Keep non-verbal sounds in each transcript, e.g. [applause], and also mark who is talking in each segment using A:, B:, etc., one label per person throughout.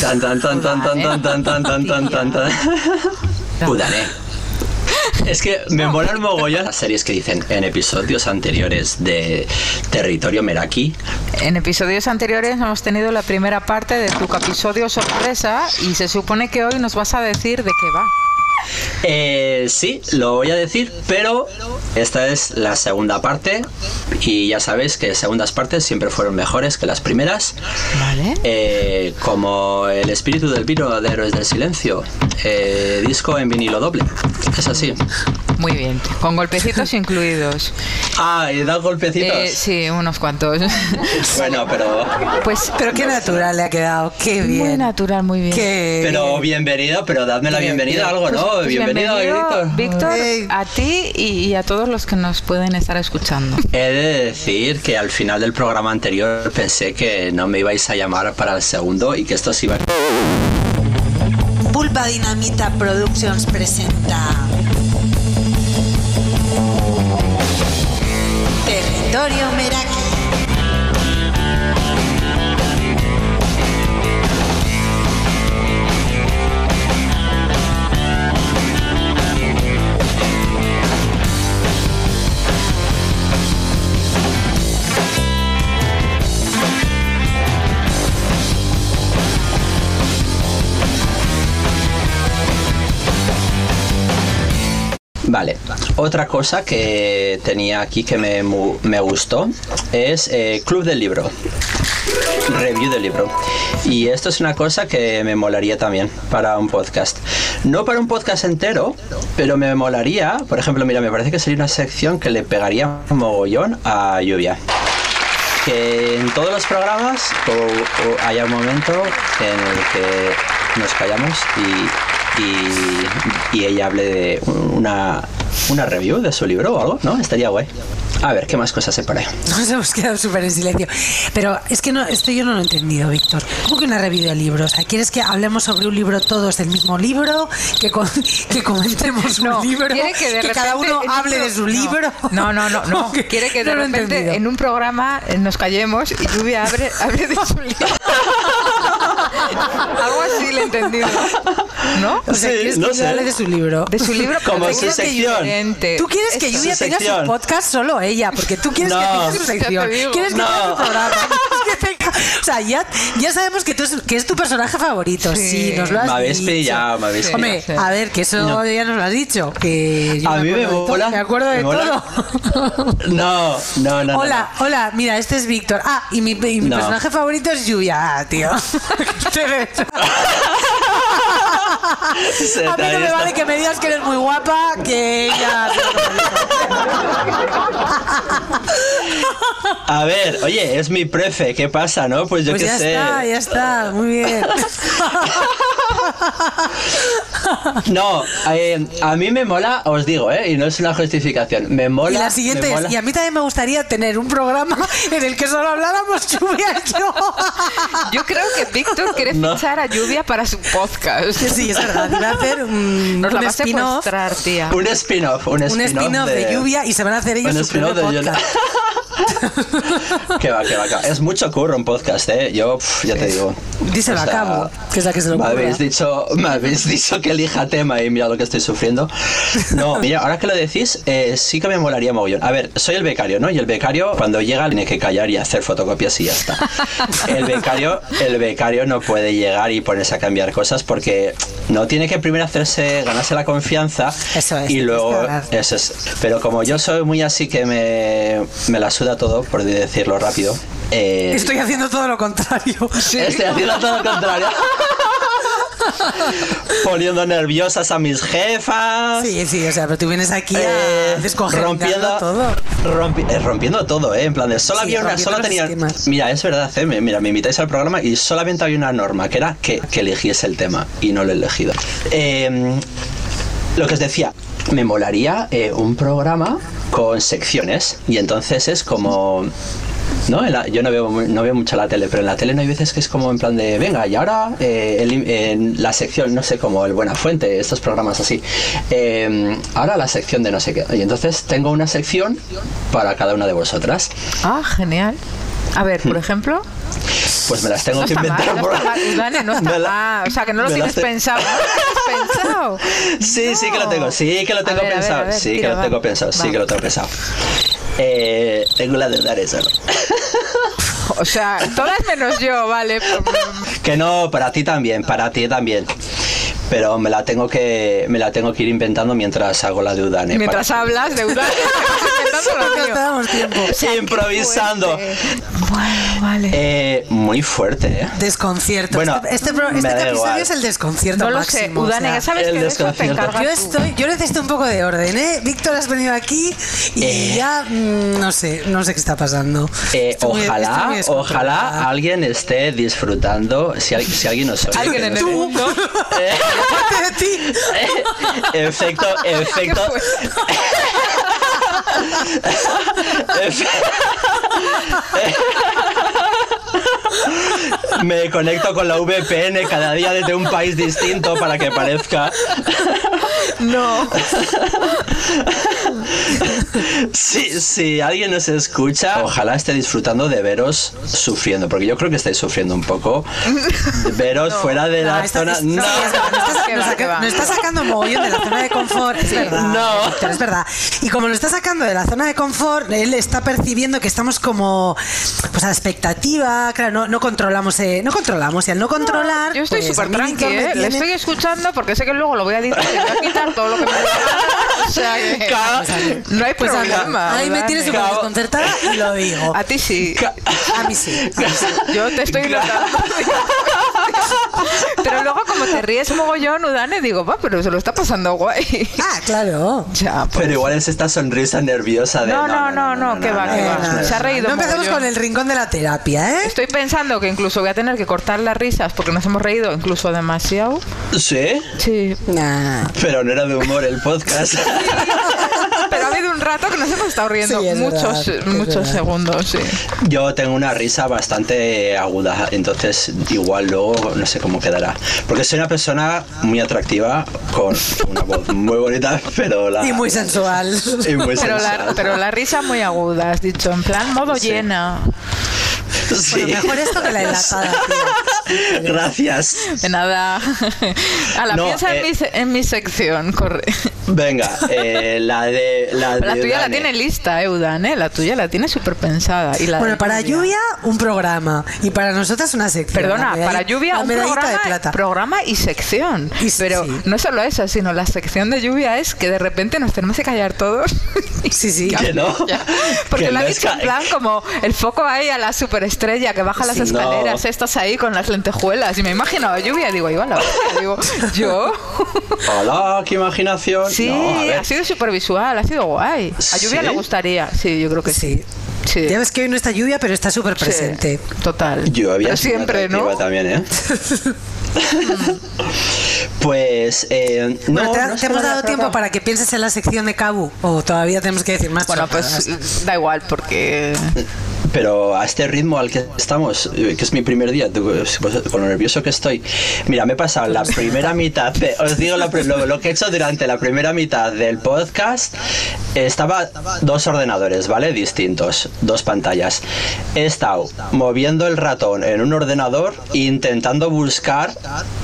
A: tan tan tan tan tan tan tan tan tan tan tan tan. Udane. Es que me molan mogollón las series que dicen en episodios anteriores de Territorio Meraki.
B: En episodios anteriores hemos tenido la primera parte de tu episodio sorpresa y se supone que hoy nos vas a decir de qué va.
A: Eh, sí, lo voy a decir, pero esta es la segunda parte y ya sabéis que segundas partes siempre fueron mejores que las primeras.
B: Vale.
A: Eh, como el espíritu del vino de Héroes del Silencio, eh, disco en vinilo doble. Es así.
B: Muy bien, con golpecitos incluidos.
A: Ah, y da golpecitos.
B: Eh, sí, unos cuantos.
A: Bueno, pero,
B: Pues
C: Pero qué natural le ha quedado, qué bien.
B: muy natural, muy bien.
C: Qué
A: pero bienvenido, pero dadme la bienvenida a algo, ¿no?
B: Pues
A: Oh, bienvenido, Víctor.
B: Víctor,
C: Ey.
B: a ti y, y a todos los que nos pueden estar escuchando.
A: He de decir que al final del programa anterior pensé que no me ibais a llamar para el segundo y que esto se iba a...
D: Pulpa Dinamita Productions presenta Territorio Meraki.
A: Vale, otra cosa que tenía aquí que me, mu- me gustó es eh, Club del Libro, review del libro. Y esto es una cosa que me molaría también para un podcast. No para un podcast entero, pero me molaría, por ejemplo, mira, me parece que sería una sección que le pegaría mogollón a Lluvia. que en todos los programas o, o haya un momento en el que nos callamos y, y- y ella hable de una, una review de su libro o algo, ¿no? Estaría guay. A ver, ¿qué más cosas hay por ahí?
C: [laughs] Nos hemos quedado súper en silencio. Pero es que no, esto yo no lo he entendido, Víctor. ¿Cómo que una review de libros? O sea, ¿Quieres que hablemos sobre un libro todos del mismo libro? ¿Que, con- [laughs] que comentemos
B: No,
C: un [laughs] libro?
B: quiere que, de repente
C: cada uno
B: en un
C: hable
B: pro-
C: de su
B: no,
C: libro?
B: No, no, no,
C: [laughs]
B: no.
C: ¿Qué?
B: Quiere que de
C: No lo he entendido.
B: repente en un programa eh, nos callemos y Lluvia abre, [laughs] abre de su libro. Algo así le he entendido. ¿No?
C: O sea,
A: Sí,
C: ¿quieres
A: no
C: que yo
A: sé.
C: hable de su libro?
B: De su libro pero
A: Como
B: te
A: su
B: quiero que
A: sección.
B: diferente.
C: ¿Tú quieres
A: Este, Esta
C: que
A: es
C: Lluvia
A: su
C: tenga
A: sección.
C: su podcast solo ella? Porque tú quieres que
A: No.
C: tenga
A: Ya
C: su
A: te
C: sección.
B: digo.
C: Quieres que
A: No.
C: tenga su programa. quieres que tenga- O sea, ya, ya sabemos que, tú es, que es tu personaje favorito.
B: Sí.
C: Sí, nos lo has
A: Me habéis
C: dicho.
A: pillado, me habéis
B: Sí.
A: pillado.
C: Hombre, a ver, que eso
A: No.
C: ya nos lo has dicho. Que yo
A: A mí me
C: acuerdo de todo,
A: mola,
C: Me acuerdo
A: me
C: de
A: mola.
C: todo.
A: No, no, no, no.
C: hola, hola, mira, este es Víctor. Ah, y mi, y mi
A: No.
C: personaje favorito es Lluvia, Ah, tío. [laughs] Este Te ves.
A: no. [laughs] [laughs] Se
C: a mí no
A: trae
C: me
A: esta-
C: vale que me digas que eres muy guapa, que ella.
A: A ver, oye, es mi prefe, ¿qué pasa, no? Pues yo
C: Pues
A: qué
C: ya
A: sé.
C: está, ya está, muy bien.
A: No, eh, a mí me mola, os digo, ¿eh? Y no es una justificación. Me mola.
C: y la
A: me
C: siguiente
A: mola.
C: es, y a mí también me gustaría tener un programa [laughs] en el que solo habláramos [laughs] Lluvia y yo.
B: Yo creo que Víctor quiere
A: No.
B: fichar a Lluvia para su podcast.
C: sí, es verdad, iba a hacer un,
B: Nos la
C: un
B: va a
C: spin-off.
B: secuestrar, tía.
A: Un spin-off, un spin-off.
C: un spin-off de...
A: de
C: lluvia y se van a hacer ellos
A: Un
C: su
A: spin-off
C: propio
A: de [laughs]
C: podcast.
A: que va, que va, que va. Es mucho curro un podcast, ¿eh? Yo, pf, ya te digo.
C: Díselo
A: O
C: a
A: sea,
C: cabo, que es la que se lo
A: Me
C: ocurra.
A: habéis, dicho, me habéis [laughs] dicho que elija tema y mira lo que estoy sufriendo.
C: [laughs]
A: No, mira, ahora que lo decís, eh, sí que me molaría mogollón. A ver, soy el becario, ¿no? Y el becario cuando llega tiene que callar y hacer fotocopias y ya
C: [laughs]
A: está. El becario, el becario no puede llegar y ponerse a cambiar cosas porque no tiene que primero hacerse, ganarse la confianza
C: Eso es,
A: y
C: es
A: luego
C: verdad.
A: eso es. Pero como yo soy muy así que me, me la suda todo, por decirlo rápido, eh,
C: Estoy haciendo todo lo contrario.
A: Estoy haciendo todo lo
C: [laughs]
A: contrario. Poniendo nerviosas a mis jefas.
C: Sí, sí, o sea, pero tú vienes aquí
A: eh,
C: a descoger
A: rompiendo
C: todo.
A: rompi- eh, rompiendo todo, ¿eh? En plan de solo
C: Sí,
A: había una,
C: rompiendo
A: solo
C: los
A: tenía.
C: esquemas.
A: Mira, es verdad, ¿eh? Me- Mira, me invitáis al programa y solamente había una norma, que era que, que eligiese el tema y no lo he elegido. Eh, lo que os decía, me molaría eh, un programa con secciones y entonces es como... No, En la- yo no veo, mu- no veo mucho la tele, pero en la tele no hay veces que es como en plan de, venga, y ahora eh, el- en la sección, no sé, como el Buena Fuente, estos programas así. eh, ahora la sección de no sé qué. Y entonces tengo una sección para cada una de vosotras.
B: Ah, genial. A ver, por ejemplo,
A: Pues me las tengo
E: No
A: que
E: está
A: inventar.
E: mal, no
A: por-
E: está mal, Udane, no está
A: [laughs] Me la-
E: mal. O sea, que no lo
A: me las
E: tienes
A: te-
E: pensado. No lo tienes pensado.
A: Sí, sí que lo
E: No.
A: tengo, sí que lo
E: A
A: tengo
E: ver, a ver,
A: pensado,
E: a ver,
A: sí
E: tira,
A: que lo
E: va.
A: tengo pensado, sí
E: Va.
A: que lo tengo pensado. Eh, tengo la de dar esa. ¿no?
E: O sea, todas menos yo, vale.
A: Que no, para ti también, para ti también. Pero me la tengo que me la tengo que ir inventando mientras hago la de Udane.
E: Mientras
A: para-
E: hablas de Udane, te vas inventando lo
C: No te
E: mío.
C: damos tiempo.
A: improvisando.
E: Bueno, vale.
A: Eh, muy fuerte, ¿eh?
C: Desconcierto.
A: Bueno,
C: este este, pro-
A: me
C: este
A: da
C: episodio
A: igual.
C: es el desconcierto
E: No lo sé,
C: máximo. o
E: Udane,
C: sea,
E: ya sabes
A: el
E: que de eso te
A: desconcierto.
E: encargas
C: yo
E: tú. [laughs]
C: estoy, yo necesito un poco de orden, ¿eh? Víctor, has venido aquí y
A: Eh.
C: ya mm, no sé, no sé qué está pasando.
A: Eh,
C: Estoy muy- estoy
A: ojalá,
C: muy
A: ojalá
C: [laughs] descontrolada.
A: alguien esté disfrutando, si, al- si alguien nos oye.
E: Alguien en el
A: Tú.
E: [laughs] mundo.
A: Eh,
C: [laughs] Aparte de ti.
E: [laughs]
A: efecto, efecto.
E: fue?
A: Efe- [laughs] Me conecto con la VPN cada día desde un país distinto para que parezca.
E: No.
A: Si, si alguien nos escucha, ojalá esté disfrutando de veros sufriendo, porque yo creo que estáis sufriendo un poco. Veros fuera de la
C: está-
A: zona.
C: es-
A: no.
C: sí, es verdad, nos
E: [laughs]
C: está-
E: Que
C: nos
E: va,
C: saca-
E: que va.
C: nos está sacando mogollón de la zona de confort, es verdad.
A: No.
C: Víctor, es verdad. Y como lo está sacando de la zona de confort, él está percibiendo que estamos como pues a la expectativa, claro, no, no controlamos, eh, no controlamos y al no controlar
E: Yo estoy
C: pues, a
E: súper
C: mí
E: tranqui,
C: Víctor me
E: ¿eh? Le
C: tiene-
E: estoy escuchando porque sé que luego lo voy a editar y voy a quitar todo lo que me diga. O sea que
A: [laughs] Cada-
E: no hay
C: pues anda,
E: problema.
C: ahí me
E: Udane.
C: tienes súper
A: Cabo.
C: desconcertada y lo digo. [laughs]
E: A ti sí.
A: Ca-
C: A mí sí. a mí sí.
E: Yo te estoy notando.
A: [laughs]
E: Pero luego como te ríes mogollón, Udane, digo, va, pero se lo está pasando guay.
C: Ah, claro.
E: Ya, pues.
A: Pero igual es esta sonrisa nerviosa de.
E: No, no, no, no, que va, que
A: no,
E: va.
A: no, no,
E: Se ha
A: no.
E: reído
C: Eh, No empezamos
E: mogollón.
C: con el rincón de la terapia, ¿eh?
E: Estoy pensando que incluso voy a tener que cortar las risas porque nos hemos reído incluso demasiado.
A: Sí,
E: Sí.
C: Nah.
A: pero no era de humor el podcast.
E: [laughs] Pero ha habido un rato que nos hemos estado riendo
C: Sí, es
E: muchos,
C: verdad, es
E: muchos
C: verdad.
E: segundos, sí.
A: Yo tengo una risa bastante aguda, entonces igual luego no sé cómo quedará. Porque soy una persona muy atractiva, con una voz muy bonita, pero la...
C: Y muy sensual.
A: y muy
E: Pero la,
A: sensual.
E: pero la risa muy aguda, has dicho, en plan modo
A: Sí.
E: llena.
A: Sí.
C: Bueno, mejor esto que la enlatada, tío.
A: Gracias.
E: De nada. [laughs] A la
A: No,
E: piensa
A: eh,
E: en, mi, se- en mi sección, corre.
A: Venga, eh, la de... La,
E: La
A: de
E: tuya la
A: Dani.
E: tiene lista, eh, Udane, La tuya la tiene súper pensada. Y la
C: Bueno,
E: de-
C: para lluvia, un programa. Y para nosotras, una sección. La
E: Perdona,
C: medall-
E: para lluvia
C: la
E: un
C: medallita
E: programa,
C: de plata.
E: programa y sección.
C: Y s-
E: Pero
C: sí.
E: no solo eso, sino la sección de lluvia es que de repente nos tenemos que callar todos. [laughs]
C: Sí, sí.
A: [laughs] Que no. [laughs]
E: Ya. Porque
A: que
E: lo ha
A: no es
E: dicho en
A: ca-
E: plan como el foco ahí a la superestrella que baja las
A: Sí.
E: escaleras,
A: No.
E: estas ahí con las lentejuelas. Y me imagino a lluvia, digo, iba la hostia", digo,
A: [laughs]
E: yo.
A: Hola, qué imaginación.
E: Sí,
A: No, a ver.
E: ha sido súper visual, ha sido guay. A lluvia
A: ¿Sí?
E: le gustaría, sí, yo creo que sí.
C: Sí.
E: pues Sí.
C: Ya ves que hoy no está lluvia, pero está súper
E: Sí.
C: presente.
E: Total.
A: Yo había
E: Pero
A: sido
E: siempre,
A: atractiva
E: ¿no?
A: también,
E: [laughs]
A: ¿eh? [laughs] pues... Eh, no,
C: Bueno, te,
A: no
C: te
A: sé
C: hemos
A: la
C: dado
A: verdad.
C: tiempo para que pienses en la sección de Cabu. O todavía tenemos que decir más.
E: Bueno,
C: chorradas?
E: pues da igual porque
A: Pero a este ritmo al que estamos, eh, que es mi primer día, tú, pues, con lo nervioso que estoy, mira, me he pasado la primera mitad, de- os digo lo, pri- lo- lo que he hecho durante la primera mitad del podcast, eh, estaba dos ordenadores, ¿vale? Distintos, dos pantallas. He estado moviendo el ratón en un ordenador intentando buscar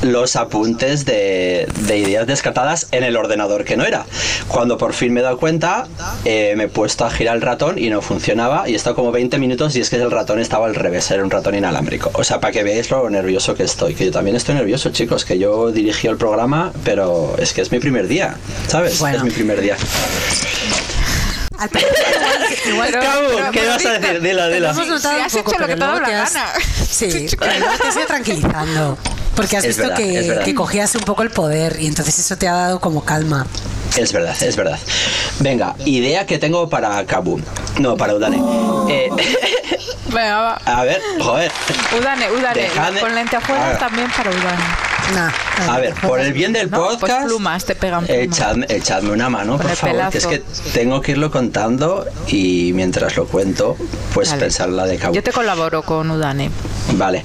A: los apuntes de, de ideas descartadas en el ordenador que no era. Cuando por fin me he dado cuenta, eh, me he puesto a girar el ratón y no funcionaba y he estado como 20 minutos y es que el ratón estaba al revés, era un ratón inalámbrico. O sea, para que veáis lo nervioso que estoy, que yo también estoy nervioso, chicos, que yo dirigí el programa, pero es que es mi primer día, ¿sabes?
C: Bueno.
A: Es mi primer día.
E: [laughs]
C: Al principio igual, igual
E: Pero-
A: Cabo,
E: pero,
A: ¿qué
E: pero,
A: vas a
E: Víctor,
A: decir? Dilo,
C: te
A: dilo.
C: hemos
E: Sí,
C: notado
E: sí,
C: un
E: has
C: poco,
E: hecho lo
C: pero
E: que te ha dado
C: luego
E: la
C: has-
E: gana.
C: [laughs]
E: [laughs]
C: Sí, pero luego te has ido tranquilizando. Porque has
A: Es
C: visto
A: verdad, es
C: que,
A: verdad.
C: que cogías un poco el poder y entonces eso te ha dado como calma.
A: Es verdad, es verdad. Venga, idea que tengo para Kabum. No, para Udane. Eh, [laughs]
E: Venga, va.
A: a ver, joder.
E: Udane, Udane,
A: Dejadme-
E: con lentejuelas
A: A ver.
E: también para Udane.
C: Nah,
A: A ver, por el bien del
E: No, pues
A: podcast.
E: plumas, te pegan plumas.
A: Echadme, echadme una mano,
E: Con
A: por
E: el
A: favor, que es
E: pelazo.
A: que tengo que irlo contando y mientras lo cuento, pues
E: Vale.
A: pensar la de Kabum.
E: Yo te colaboro con Udane.
A: Vale.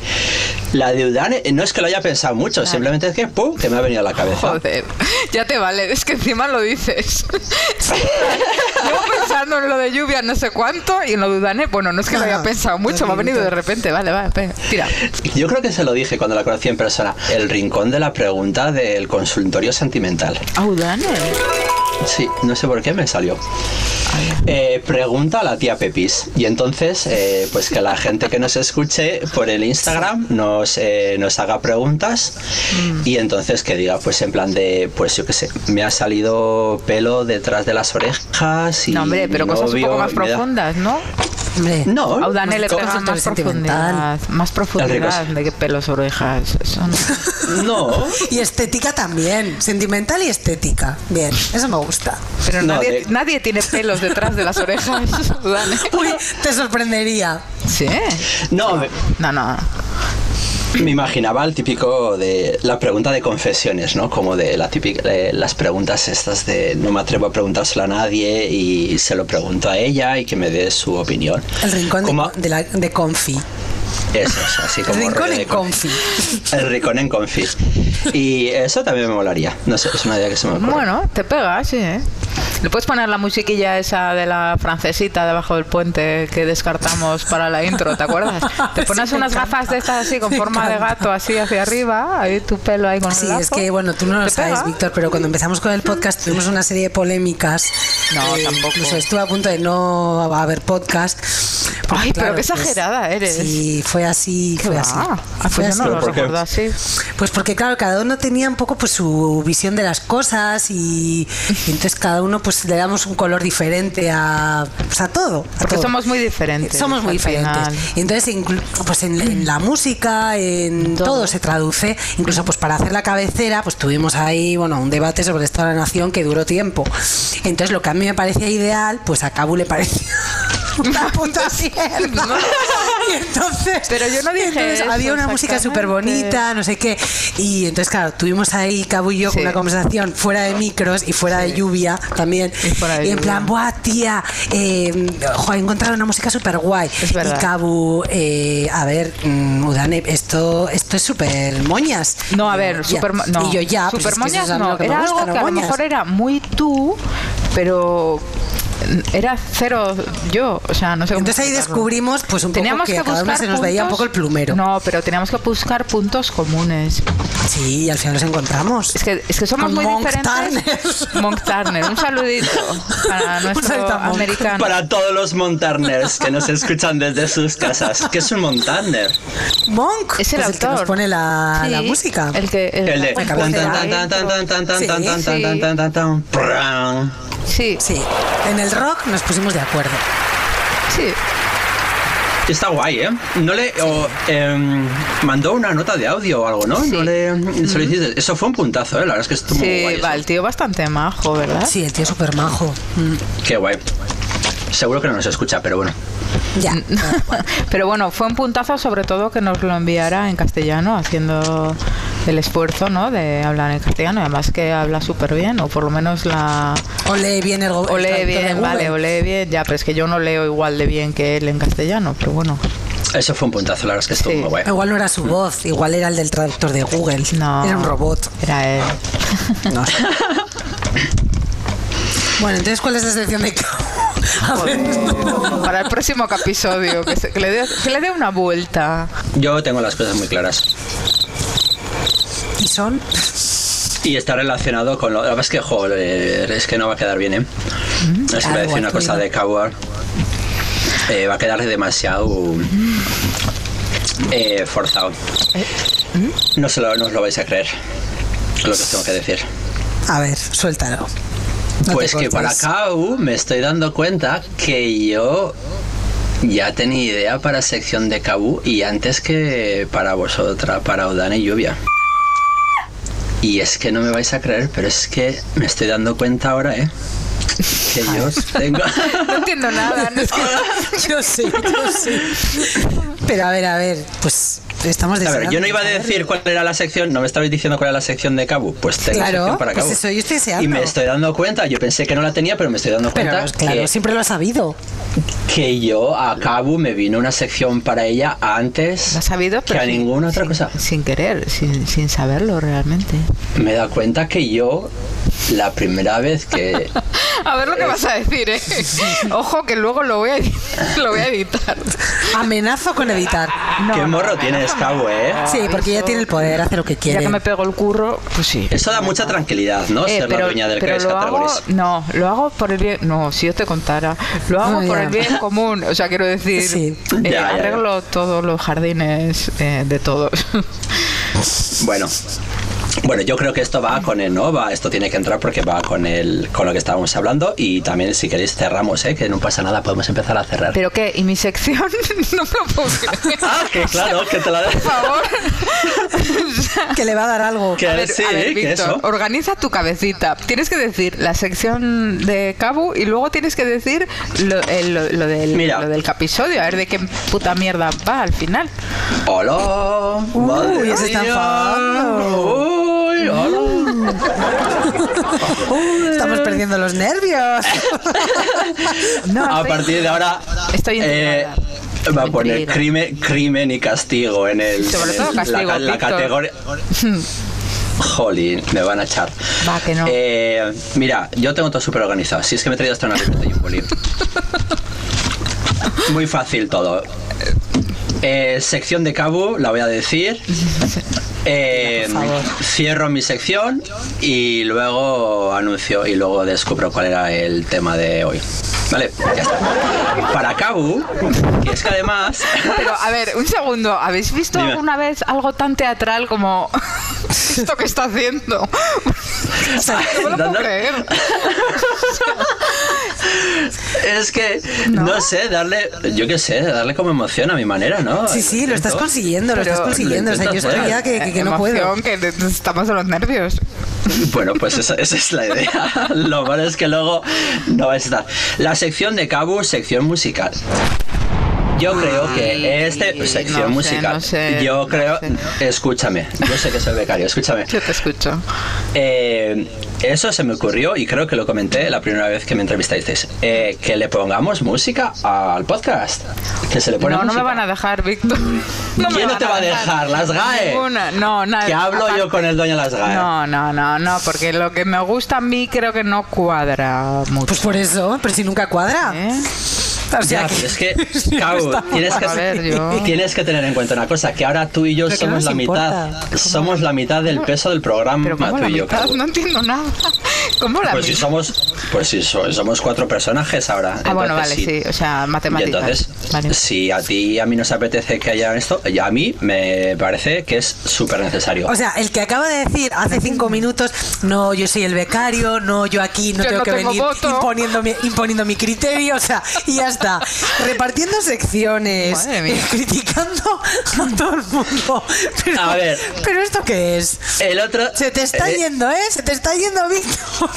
A: La de Udane eh, no es que lo haya pensado mucho, simplemente es que ¡pum! que me ha venido a la cabeza.
E: Joder, ya te vale, es que encima lo dices. [laughs] Llevo pensando en lo de lluvia no sé cuánto y en lo de Udane, bueno, no es que lo haya
C: Ah,
E: pensado mucho, me ha venido de repente, vale, vale, venga, tira.
A: Yo creo que se lo dije cuando la conocí en persona. El rincón de la pregunta del consultorio sentimental.
E: Udane.
A: Sí, no sé por qué me salió. Eh, pregunta a la tía Pepis. Y entonces, eh, pues que la gente que nos escuche por el Instagram nos, eh, nos haga preguntas. Y entonces que diga, pues en plan de, pues yo qué sé, me ha salido pelo detrás de las orejas. Y
E: No, hombre, pero cosas un
A: novio,
E: poco más
A: y me da-
E: profundas, ¿no?
C: Hombre,
A: No,
E: A Udane le
C: Con-
E: pega
C: consultorio
E: más
C: sentimental.
E: profundidad, más profundidad de que pelos, orejas, eso no.
A: no.
C: Y estética también, sentimental y estética. Bien, eso me gusta.
E: Pero
A: No,
E: nadie,
A: de-
E: nadie tiene pelos detrás de las orejas, [laughs] Udane.
C: Uy, te sorprendería.
E: Sí. [laughs]
A: No, me-
E: No, no.
A: Me imaginaba el típico de la pregunta de confesiones, ¿no? Como de la típica, de las preguntas estas de no me atrevo a preguntárselo a nadie y se lo pregunto a ella y que me dé su opinión.
C: El rincón
A: Como-
C: de, de la, de Confi.
A: Eso es, así
C: El
A: como
C: rincón
A: rollo
C: en
A: de conf-
C: Confi.
A: El rincón en confi. Y eso también me molaría. No sé, es una idea que se me ocurre.
E: Bueno, te pega, sí. ¿eh? Le puedes poner la musiquilla esa de la francesita debajo del puente que descartamos para la intro, ¿te acuerdas? Te
C: [laughs] Sí,
E: pones
C: me
E: unas
C: encanta.
E: gafas de estas así con
C: Me
E: forma de
C: encanta.
E: gato así hacia arriba, ahí tu pelo ahí con el
C: Sí, es
E: lazo.
C: que bueno, tú no lo
E: ¿Te
C: sabes,
E: pega?
C: Víctor, pero cuando empezamos con el podcast tuvimos una serie de polémicas. Eh,
E: No, tampoco.
C: Incluso estuve a punto de no haber podcast. porque,
E: Ay, pero qué
C: pues,
E: exagerada eres.
C: Sí, fue así,
E: ¿Qué
C: fue
E: va?
C: así.
E: Ah,
C: Fue
E: pues yo
C: así.
E: no lo
A: ¿Pero por qué?
E: recuerdo así.
C: Pues porque claro, cada uno tenía un poco pues su visión de las cosas y, y entonces cada uno pues le damos un color diferente a, pues, a todo. a
E: Porque
C: todo.
E: somos muy diferentes.
C: Somos muy
E: al final.
C: diferentes. Y entonces inclu- pues en, en la música, en todo.
E: Todo.
C: se traduce. Incluso pues para hacer la cabecera, pues tuvimos ahí bueno un debate sobre esta nación que duró tiempo. Entonces lo que a mí me parecía ideal, pues a Cabu le parecía [laughs] una puta mierda.
E: [laughs] No.
C: Y entonces,
E: Pero yo no dije
C: entonces
E: eso
C: había una música
E: exactamente.
C: súper bonita, no sé qué. Y entonces, claro, tuvimos ahí Cabu y yo con
E: Sí.
C: una conversación fuera de micros y fuera de lluvia también.
E: Y fuera de
C: en plan,
E: lluvia.
C: buah, tía, eh, jo, he encontrado una música súper guay.
E: Es verdad.
C: Y Cabu, eh, a ver, mm, Udane, esto, esto es súper moñas.
E: No, a
C: Y yo,
E: ver,
C: ya.
E: super, no.
C: Y yo ya, pues, es que
E: Supermoñas
C: eso es a mí
E: no.
C: lo que me
E: era
C: gusta,
E: algo
C: ¿no?
E: que a lo
C: Moñas.
E: mejor era muy tú, pero era cero yo. O sea, no sé cómo
C: Entonces ahí
E: explicarlo.
C: descubrimos pues un
E: Teníamos
C: poco que,
E: que,
C: a cada
E: buscar
C: uno se nos veía un
E: puntos-
C: poco el plumero.
E: No, pero teníamos que buscar puntos comunes.
C: Sí, y al final los encontramos.
E: Es que, es que somos
C: Con
E: muy
C: Monk
E: diferentes. [laughs]
C: Turner.
E: Monk Turner, un saludito para
C: [laughs] Un
E: nuestro
C: saludito a Monk.
E: americano.
A: Para todos los montarners que nos escuchan desde sus casas. ¿Qué es un montarner?
C: Monk
E: Es el
C: pues que
E: autor.
C: nos pone la, la
E: Sí,
C: música.
E: El que el,
A: El de
E: la
A: tan, tan, tan, tan, tan, tan, tan, tan, tan, tan, tan, tan, tan, pran.
E: Sí,
C: Sí, en el rock nos pusimos de acuerdo.
E: sí.
A: Está guay, ¿eh? No le o, em, mandó una nota de audio o algo, ¿no?
E: Sí.
A: No le solicité. Eso fue un puntazo, ¿eh? La verdad es que estuvo muy guay.
E: Sí,
A: eso.
E: va, el tío bastante majo, ¿verdad?
C: Sí, el tío es súper majo. Mm,
A: Qué guay. Seguro que no nos escucha, pero bueno.
C: Mm, Ya.
E: [laughs] Pero bueno, fue un puntazo sobre todo que nos lo enviara en castellano, haciendo el esfuerzo ¿no? de hablar en castellano. Y Además que habla súper bien, o por lo menos la...
C: O lee bien el go-
E: O
C: el
E: lee
C: traductor de
E: bien,
C: Google.
E: vale, o lee bien. Ya, pero es que yo no leo igual de bien que él en castellano, pero bueno.
A: Eso fue un puntazo, la verdad es que estuvo
E: Sí.
A: muy guay.
C: Igual no era su voz, igual era el del traductor de Google.
E: No.
C: Era un robot.
E: Era él.
C: No sé. bueno, entonces, ¿cuál es la sección de A ver.
E: Para el próximo episodio, que, se- que le dé- que le dé una vuelta.
A: Yo tengo las cosas muy claras.
C: Y son.
A: Y está relacionado con lo. La verdad es que, joder, es que no va a quedar bien, ¿eh? Es que voy a
C: Algo
A: decir una cosa
C: actual.
A: de Coward. Eh, va a quedar demasiado. eh, forzado. No, se lo, no os lo vais a creer. Lo que os tengo que decir.
C: A ver, suéltalo. No te
A: pues que
C: cortes.
A: para
C: [laughs]
A: Cau me estoy dando cuenta que yo ya tenía idea para sección de Cau y antes que para vosotras, para Odana y Lluvia. Y es que no me vais a creer, pero es que me estoy dando cuenta ahora, ¿eh? Que yo
C: [laughs]
A: tengo...
E: No entiendo nada. no es que-
C: Yo sé, yo sé. Pero a ver, a ver, pues estamos
A: A ver,
C: deseando
A: yo no iba a
C: saberlo.
A: decir cuál era la sección, no me estabais diciendo cuál era la sección de Cabu. Pues tengo
C: Claro,
A: sección para
C: pues
A: Cabu.
C: eso yo
A: y me
C: estoy deseando.
A: estoy dando cuenta, yo pensé que no la tenía, pero me estoy dando
C: Pero
A: cuenta
C: claro,
A: que,
C: siempre lo has sabido.
A: que yo a Cabu me vino una sección para ella antes
E: Lo has sabido,
A: que
E: pero
A: a
E: sin-
A: ninguna otra cosa.
E: [laughs] Sin querer, sin, sin saberlo realmente.
A: Me he dado cuenta que yo, la primera vez
E: [laughs]
A: que
E: A ver lo que vas a decir, [laughs] ¿eh? Ojo, que luego lo voy a, edi- lo voy a editar.
C: Amenazo con editar.
A: Qué morro tienes, Cabo, ¿eh?
C: Sí, porque ella tiene el poder, hace lo que
E: Ya que
C: quiere.
E: me pego el curro, pues sí.
A: Eso da mucha tranquilidad, ¿no?
E: Eh,
A: Ser la dueña del que
E: pero
A: ves
E: lo hago,
A: categorías.
E: no, lo hago por el bien, no, si yo te contara, lo hago
C: Ah,
E: por
C: ya.
E: el bien común, o sea, quiero decir,
C: Sí.
E: eh,
A: Ya, ya, ya.
E: arreglo todos los jardines eh, de todos.
A: Bueno. Bueno, yo creo que esto
E: Mm.
A: va con el no, va, esto tiene que entrar porque va con el con lo que estábamos hablando y también si queréis cerramos, ¿eh? que no pasa nada, podemos empezar a cerrar.
E: [laughs] Pero qué, y mi sección [laughs] no me lo puedo creer.
A: [laughs] ah, que claro, que te la de...
E: Por favor,
C: [laughs] Que le va a dar algo.
A: que
E: a ver,
A: sí,
E: a
A: que
E: ver, Víctor,
A: ¿eh? eso.
E: organiza tu cabecita. Tienes que decir la sección de Cabu y luego tienes que decir lo, el- lo- lo del,
A: Mira.
E: lo del capisodio, a ver de qué puta mierda va al final.
A: Hola, madre
C: ya se está
A: mía.
C: enfadando.
A: Uy,
E: Mm.
A: hola.
C: Estamos perdiendo
A: [laughs]
C: los nervios.
E: No,
A: A
E: estoy-
A: partir de ahora
E: Estoy
A: eh,
E: indignada.
A: va a poner
E: Intrigada.
A: crimen, crimen y castigo en el
E: Sobre
A: en
E: todo
A: el- la
E: castigo,
A: ca- la,
E: Víctor. [laughs]
A: categoría. Jolín, me van a echar.
E: Va, que no.
A: Eh, mira, yo tengo todo súper organizado. Si es que me he traído hasta una libreta y un bolígrafo.
C: [laughs]
A: Muy fácil todo. Eh, sección de Cabu, la voy a
C: [laughs]
A: decir. Eh, cierro mi sección y luego anuncio y luego descubro cuál era el tema de hoy. Vale, ya está. Para Cabu, que es que además. [laughs]
E: Pero a ver, un segundo, ¿habéis visto
A: Dime.
E: alguna vez algo tan teatral como [laughs] esto que está haciendo?
C: O sea,
E: No me lo
A: Dando-
E: puedo creer.
A: Es que, ¿No? sé, darle, yo qué sé, darle como emoción a mi manera, ¿no?
C: sí, sí, lo estás
A: Intento.
C: consiguiendo, lo
E: Pero-
C: estás consiguiendo. O sea, yo estoy ya que, que- que no puedo.
E: Emoción, que te- te- estamos en los nervios.
A: Bueno, pues esa, esa es la idea. [laughs] Lo malo es que luego no va a estar. La sección de Cabu, sección musical. Yo creo que este.
E: no
A: Sección
E: sé,
A: musical.
E: no sé,
A: yo
E: no
A: creo. Escúchame. Yo sé que soy becario, escúchame.
E: Yo te escucho.
A: Eh, eso se me ocurrió y creo que lo comenté la primera vez que me entrevistasteis. Eh, que le pongamos música al podcast. Que se le pone
E: No, no me
A: música.
E: van a dejar, Víctor. No me
A: ¿Quién no
E: van
A: te va a dejar? ¿Las GAE?
E: Ninguna. No, nada.
A: Que hablo yo con el dueño de las GAE.
E: No, no, no, no, porque lo que me gusta a mí creo que no cuadra mucho.
C: Pues por eso, pero si nunca cuadra.
A: Pues,
E: ¿eh?
C: O
A: Ya,
C: sea, que-
A: pero es
C: [laughs]
A: que, Cau, tienes, que,
E: A ver, yo-
A: tienes que tener en cuenta una cosa, que ahora tú y yo
C: Pero que no
A: somos
C: nos
A: la mitad,
C: importa.
A: somos la mitad del peso del programa,
E: Pero ¿cómo
A: tú
E: la
A: y yo,
E: mitad?
A: Cau.
E: No entiendo nada. [laughs] ¿Cómo la
A: Pues si
E: mitad?
A: somos, pues si so- somos cuatro personajes ahora.
E: Ah, bueno, vale,
A: entonces,
E: sí.
A: si-
E: O sea,
A: Y
E: matemáticas.
A: entonces,
E: Vale.
A: si a ti y a mí nos apetece que haya esto, y a mí me parece que es súper necesario.
C: O sea, el que acaba de decir hace cinco minutos, no, yo soy el becario, no, yo aquí no
E: Yo
C: tengo
E: no
C: que
E: tengo
C: venir
E: voto".
C: imponiendo mi, imponiendo mi criterio, o sea, y ya está. Repartiendo secciones,
E: Madre mía.
C: [laughs] criticando a todo el mundo. Pero,
A: A ver.
C: ¿Pero esto qué es?
A: El otro...
C: Se te está
A: eh,
C: yendo, ¿eh? Se te está yendo, Víctor.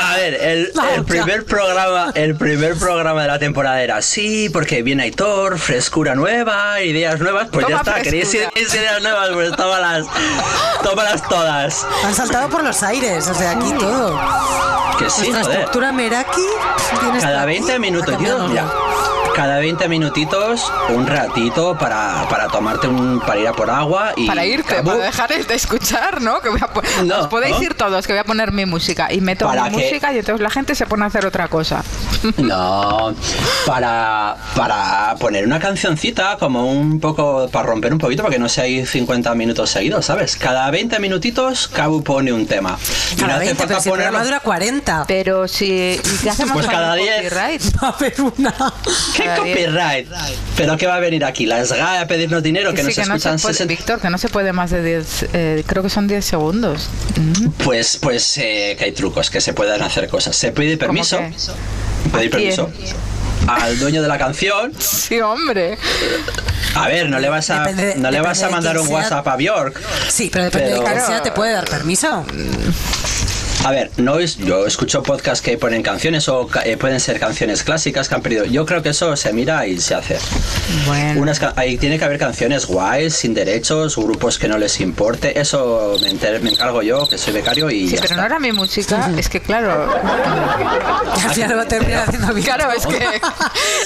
A: A ver, eh. el,
C: La
A: el
C: otra.
A: primer programa, el primer programa de la temporada era así, porque viene Aitor, frescura nueva, ideas nuevas, pues
E: Toma
A: ya está, queréis
E: frescura.
A: ideas, ideas nuevas, pues tómalas, tómalas todas.
C: Han saltado por los aires, o sea, aquí todo.
A: Que sí,
C: Nuestra
A: joder.
C: estructura Meraki tiene
A: Cada 20 minutos, tío, mira, cada 20 minutitos, un ratito para, para tomarte un, para ir a por agua y
E: Para irte,
A: Cabu,
E: para dejar de escuchar, ¿no? Que voy a po-
A: No,
E: os podéis
A: ¿no?
E: ir todos, que voy a poner mi música. Y meto
A: ¿Para
E: mi
A: qué?
E: música y entonces la gente se pone a hacer otra cosa.
A: No, para, para poner una cancioncita como un poco, para romper un poquito, para que no sea ahí 50 minutos seguidos, ¿sabes? Cada 20 minutitos Cabu pone un tema. Y no
C: Cada
A: hace
C: 20,
A: falta
C: pero si el programa
A: ponerlo-
C: dura 40.
E: Pero si. ¿y qué hacemos
A: Pues
E: con
A: cada
E: el
A: 10.
E: copyright?
C: [laughs] Va a haber una.
A: ¿Qué
E: cada diez.
A: copyright? ¿Pero qué va a venir aquí? ¿La SGA a pedirnos dinero? Que,
E: sí,
A: nos
E: que no se
A: escuchan
E: puede-
A: 60
E: Víctor, que no se puede más de 10. eh, creo que son 10 segundos. Mm.
A: Pues, pues eh, que hay trucos, que se pueden hacer cosas. Se pide permiso.
E: qué?
A: Pedir
E: ¿A quién?
A: permiso. Al dueño de la canción.
E: Sí, hombre.
A: A ver, no le vas a,
C: Depende de-
A: no le
C: depende
A: vas a
C: de
A: mandar
C: quién
A: un
C: sea.
A: WhatsApp a Bjork.
C: Sí, pero depende
A: Pero- Mm,
C: de quién sea, te puede dar permiso.
A: A ver, no es, yo escucho podcasts que ponen canciones o ca- eh, pueden ser canciones clásicas que han perdido. Yo creo que eso se mira y se hace.
E: Bueno.
A: Unas ca- ahí tiene que haber canciones guays, sin derechos, grupos que no les importe. Eso me, enter- me encargo yo, que soy becario y.
E: Sí,
A: ya
E: pero no
A: está.
E: era mi música, es que claro,
A: [laughs]
C: Al final lo termina haciendo bien.
E: claro, es que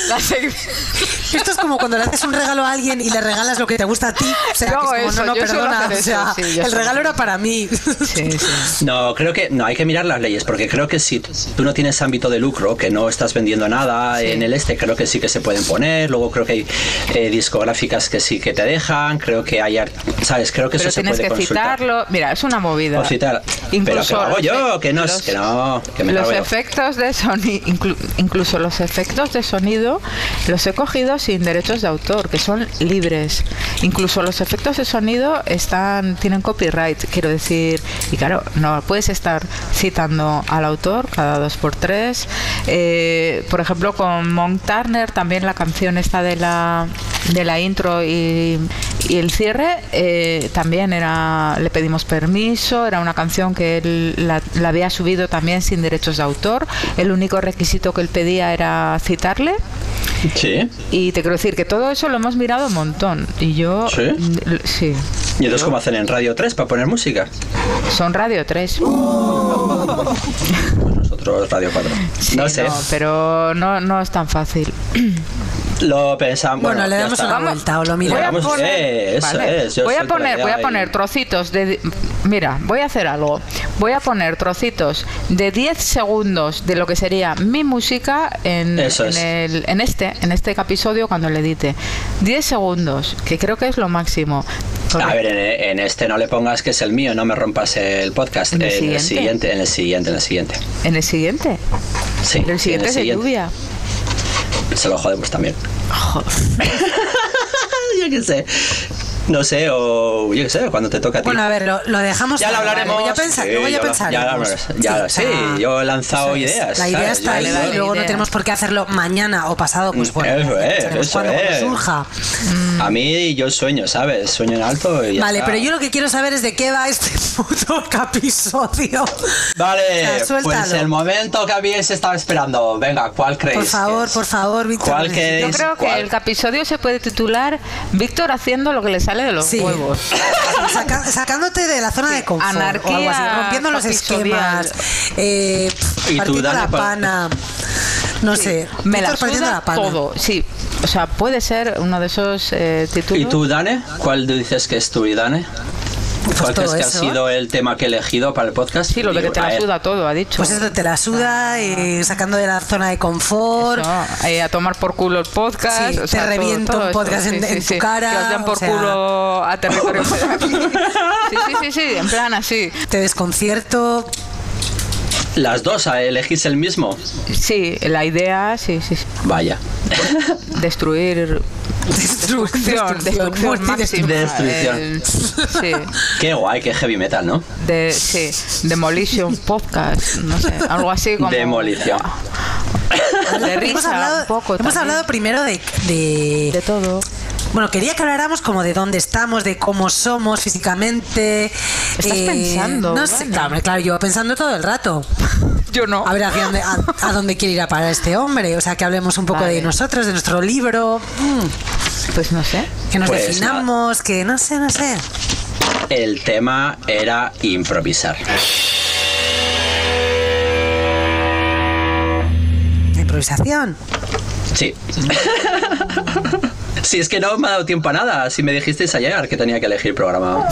E: la sec-
C: [laughs] Esto es como cuando le haces un regalo a alguien y le regalas lo que te gusta a ti. O sea,
E: Yo hago
C: que es como,
E: eso,
C: no, no,
E: yo suelo
C: perdona.
E: hacer
C: o sea,
E: eso, sí, yo
C: el
E: suelo
C: regalo era para mí.
E: Sí, sí.
A: No, creo que no hay que mirar las leyes, porque creo que si tú no tienes ámbito de lucro, que no estás vendiendo nada en el este, creo que sí que se pueden poner. Luego creo que hay eh, discográficas que sí que te dejan. Creo que hay, ar- sabes, creo que
E: Pero
A: eso se
E: tienes
A: puede
E: que
A: consultar.
E: citarlo. Mira, es una movida.
A: O citar. Pero que lo hago
E: los
A: yo,
E: efe-
A: que no, es-
E: los-
A: que no, que me
E: los
A: cago yo.
E: efectos de sonido, incluso los efectos de sonido, los he cogido sin derechos de autor, que son libres. Incluso los efectos de sonido están, tienen copyright, quiero decir, y claro, no puedes estar citando al autor cada dos por tres. Eh, por ejemplo, con Monk Turner también la canción está de la de la intro y, y el cierre eh, también era le pedimos permiso era una canción que él la, la había subido también sin derechos de autor el único requisito que él pedía era citarle
A: Sí.
E: y te quiero decir que todo eso lo hemos mirado un montón y yo
A: ¿Sí?
E: l- sí
A: ¿Y entonces cómo hacen en Radio 3 para poner música?
E: son Radio 3
A: Pues nosotros Radio 4. no sé.
E: pero no, no es tan fácil
A: Lo pensamos.
C: [laughs] Bueno, le
A: ya
C: damos
A: está.
C: una
E: Vamos.
C: vuelta o lo
A: Voy
E: Voy a
C: miramos.
A: Vamos,
E: poner,
A: eh, eso
E: Vale.
A: es, yo
E: voy a
A: soy por
E: poner,
A: allá
E: voy a
A: y-
E: poner trocitos de... di- Mira, voy a hacer algo. Voy a poner trocitos de 10 segundos de lo que sería mi música en,
A: Eso
E: en
A: es.
E: el- en este en este episodio cuando le edite. 10 segundos, que creo que es lo máximo.
A: A ver, en, en este no le pongas que es el mío, no me rompas el podcast.
E: ¿En el
A: en el
E: siguiente?
A: siguiente, en el siguiente, en el siguiente.
E: En el siguiente.
A: Sí,
E: En el
A: sí, en
E: siguiente es de lluvia.
A: Se lo jodemos también. [laughs] yo qué sé. No sé, o yo qué sé, cuando te toca a ti.
C: Bueno, a ver, lo, lo dejamos.
A: ya lo
C: para-
A: hablaremos.
C: Luego ya, pensa-
A: Sí,
C: luego ya
A: ya lo-
C: pensaremos.
A: ya lo hablaremos. [laughs] Ya,
C: o
A: sí,
C: sea,
A: yo he lanzado
C: eso es.
A: ideas,
C: La idea
A: ¿sabes?
C: está ahí
A: Yo he
E: dado
C: y luego no
E: ideas.
C: tenemos por qué hacerlo mañana o pasado. Pues bueno,
A: Mm, Eso
C: ya
A: es,
C: pensaremos
A: eso
C: cuando, cuando
A: es.
C: surja.
A: A mí yo sueño, ¿sabes? Sueño en alto y ya
C: Mm. Vale,
A: está.
C: pero yo lo que quiero saber es de qué va este [laughs] puto episodio.
A: Vale,
C: O sea,
A: pues
C: suéltalo.
A: el momento que habéis estado esperando. Venga, ¿cuál creéis?
C: Por
A: que
C: favor,
A: es?
C: por favor, Víctor.
A: ¿Cuál
C: necesito-
A: queréis?
E: Yo creo que
A: ¿Cuál?
E: el episodio se puede titular Víctor haciendo lo que le sale de los
C: Sí.
E: huevos.
C: [laughs] Saca- sacándote de la zona de confort.
E: Anarquía
C: o algo así, rompiendo los
E: episodial.
C: esquemas. Eh, pf,
A: Y tú
C: partiendo
A: dale
C: la
A: pa-
C: pana. No sé.
E: Me la
C: Víctor partiendo
E: suda
C: la pana.
E: todo, sí. O sea, puede ser uno de esos eh, títulos.
A: ¿Y tú, Dane? ¿Cuál dices que es tu Dane? ¿Cuál
C: Pues todo
A: crees que ha
C: eso.
A: sido el tema que he elegido para el podcast?
E: Sí, lo de que te
A: A
E: la
A: ver,
E: suda todo, ha dicho.
C: Pues eso te la suda, y sacando de la zona de confort.
E: Eso, eh, a tomar por culo el podcast.
C: Sí,
E: o
C: te
E: sea, todo-
C: reviento
E: todo
C: un
E: esto,
C: podcast en- en tu cara,
E: Que os den
C: o
E: por
C: sea.
E: culo a
C: [laughs]
E: territorio. [laughs] federal. sí, sí, sí, sí, en plan así.
C: Te desconcierto. [laughs]
A: Las dos, ¿eh? elegís el mismo.
E: Sí, la idea, sí, sí. sí.
A: Vaya.
E: Destruir.
C: destrucción,
E: Destrucción, destrucción máxima,
A: Destrucción.
E: el- sí,
A: Qué guay, qué heavy metal, ¿no?
E: de, sí, demolition podcast, no sé, algo así como
A: Demolición.
E: de risa,
C: hemos hablado,
E: un poco.
C: hemos
E: también.
C: hablado primero de, de-
E: de todo.
C: Bueno, quería que habláramos como de dónde estamos, de cómo somos físicamente. eh,
E: Estás pensando,
C: No sé,
E: Vane.
C: claro, hombre, claro, yo pensando todo el rato.
E: Yo no.
C: A ver hacia dónde, a, a dónde quiere ir a parar este hombre. O sea, que hablemos un poco
E: Vale.
C: de nosotros, de nuestro libro, mm,
E: Pues no sé.
C: que nos
A: Pues,
C: definamos, que no sé, no sé.
A: El tema era improvisar.
C: La improvisación.
A: Sí. [laughs] Si es que no me ha dado tiempo a nada, si me dijisteis ayer que tenía que elegir programa.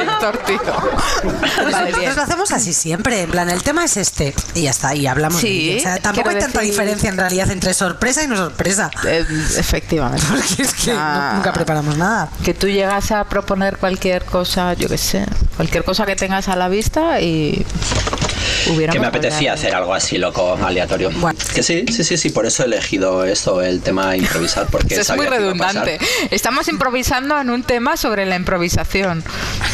E: Víctor, tío. Vale,
C: Nosotros
E: bien.
C: lo hacemos así siempre. En plan, el tema es este. Y ya está, y hablamos.
E: Sí,
C: de ello. O sea, tampoco
E: quiero
C: hay tanta
E: decir-
C: diferencia en realidad entre sorpresa y no sorpresa. [laughs]
E: Eh, efectivamente.
C: Porque es que nu-
E: Ah.
C: nunca preparamos nada.
E: Que tú llegas a proponer cualquier cosa, yo qué sé, cualquier cosa que tengas a la vista y hubiera
A: Que me apetecía hacer algo así loco, aleatorio.
C: Bueno.
A: Que sí, sí, sí, sí, por eso he elegido esto, el tema improvisar, porque
E: Eso es muy
A: sabía que iba a pasar.
E: redundante. Estamos improvisando en un tema sobre la improvisación.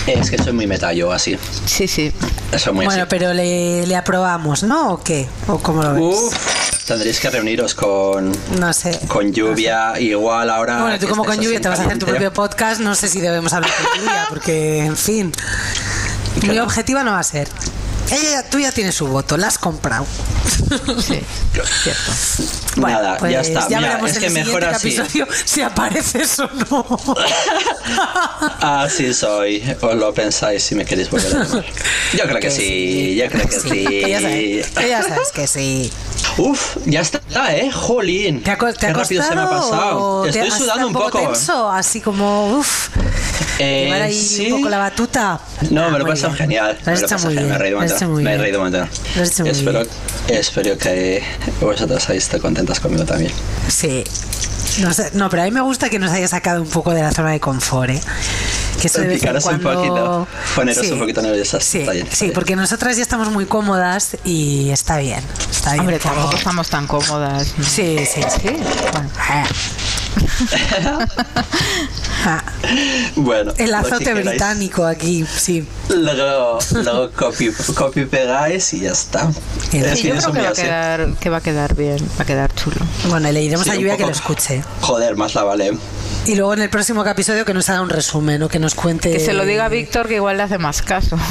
A: Es que soy muy metal yo así.
E: Sí, sí.
A: Soy muy
C: Bueno,
A: así.
C: pero le, le aprobamos, ¿no? ¿O qué? ¿O cómo lo ves?
A: Uf, tendréis que reuniros con,
C: No sé.
A: con lluvia, igual ahora.
C: Bueno, tú
A: que
C: como con
A: estés
C: lluvia
A: así
C: te vas a hacer tu
A: caliente.
C: propio podcast,
A: [laughs]
C: no sé si debemos hablar con lluvia, porque, en fin, muy objetiva no va a ser. Ella, tú ya tienes su voto, la has comprado.
E: Sí, cierto.
C: Bueno,
A: Nada,
C: pues
A: Ah, ya está. Mira,
C: veremos
A: es
C: en
A: que
C: el
A: mejor
C: siguiente
A: así.
C: episodio [laughs] si apareces o no.
A: Así soy. Os lo pensáis si me queréis volver a
C: [laughs]
A: llamar. [laughs] Yo creo que sí, yo creo que
C: Que ya sabes, que
A: sí.
C: ya sabes que sí.
A: Uf, ya está, ¿eh? Jolín.
C: ¿Te ha, co- te ha
A: Qué rápido se me ha
C: costado?
A: pasado.
C: ¿Te
A: Estoy
C: has-
A: sudando un poco.
C: tenso, así como, uff,
A: Eh,
C: llevar ahí
A: sí.
C: un poco la batuta.
A: No,
C: Ah,
A: me lo he
C: muy
A: pasado
C: bien.
A: genial. Me
C: Lo has
A: lo he
C: hecho
A: pasado
C: muy
A: genial,
C: bien.
A: me he reído un
C: lo has hecho muy
A: montón. Me he
C: bien.
A: reído un montón.
C: Lo has hecho muy
A: Espero,
C: bien.
A: espero que vosotros hayáis estado contentas conmigo también.
C: Sí. No, sé- no, pero a mí me gusta que nos haya sacado un poco de la zona de confort, ¿eh? Que eso de vez en
A: Picaros un
C: cuando-
A: poquito, poneros un poquito nerviosas.
C: Sí,
A: Está bien, está
C: sí,
A: bien.
C: porque nosotras ya estamos muy cómodas y está bien. Está bien.
E: Hombre, tampoco estamos tan cómodas. ¿no?
C: Sí, sí, sí.
E: Bueno,
A: [laughs]
C: Ah. Ah,
A: Bueno,
C: el
A: lo que
C: azote
A: queráis.
C: británico aquí, sí.
A: Luego, luego copy, copy pegáis y ya está.
C: Sí,
A: Es
E: sí, yo
A: que es
E: creo
A: un
E: que va, a
A: mío, sí.
E: quedar, que va a quedar bien, va a quedar chulo.
C: Bueno, y le diremos
A: Sí,
C: a
A: un
C: Lluvia que lo
A: poco.
C: escuche.
A: Joder, más la vale. ¿eh?
C: Y luego en el próximo episodio que nos haga un resumen o que nos cuente.
E: Que se lo diga a Víctor que igual le hace más caso. [laughs]
C: [laughs]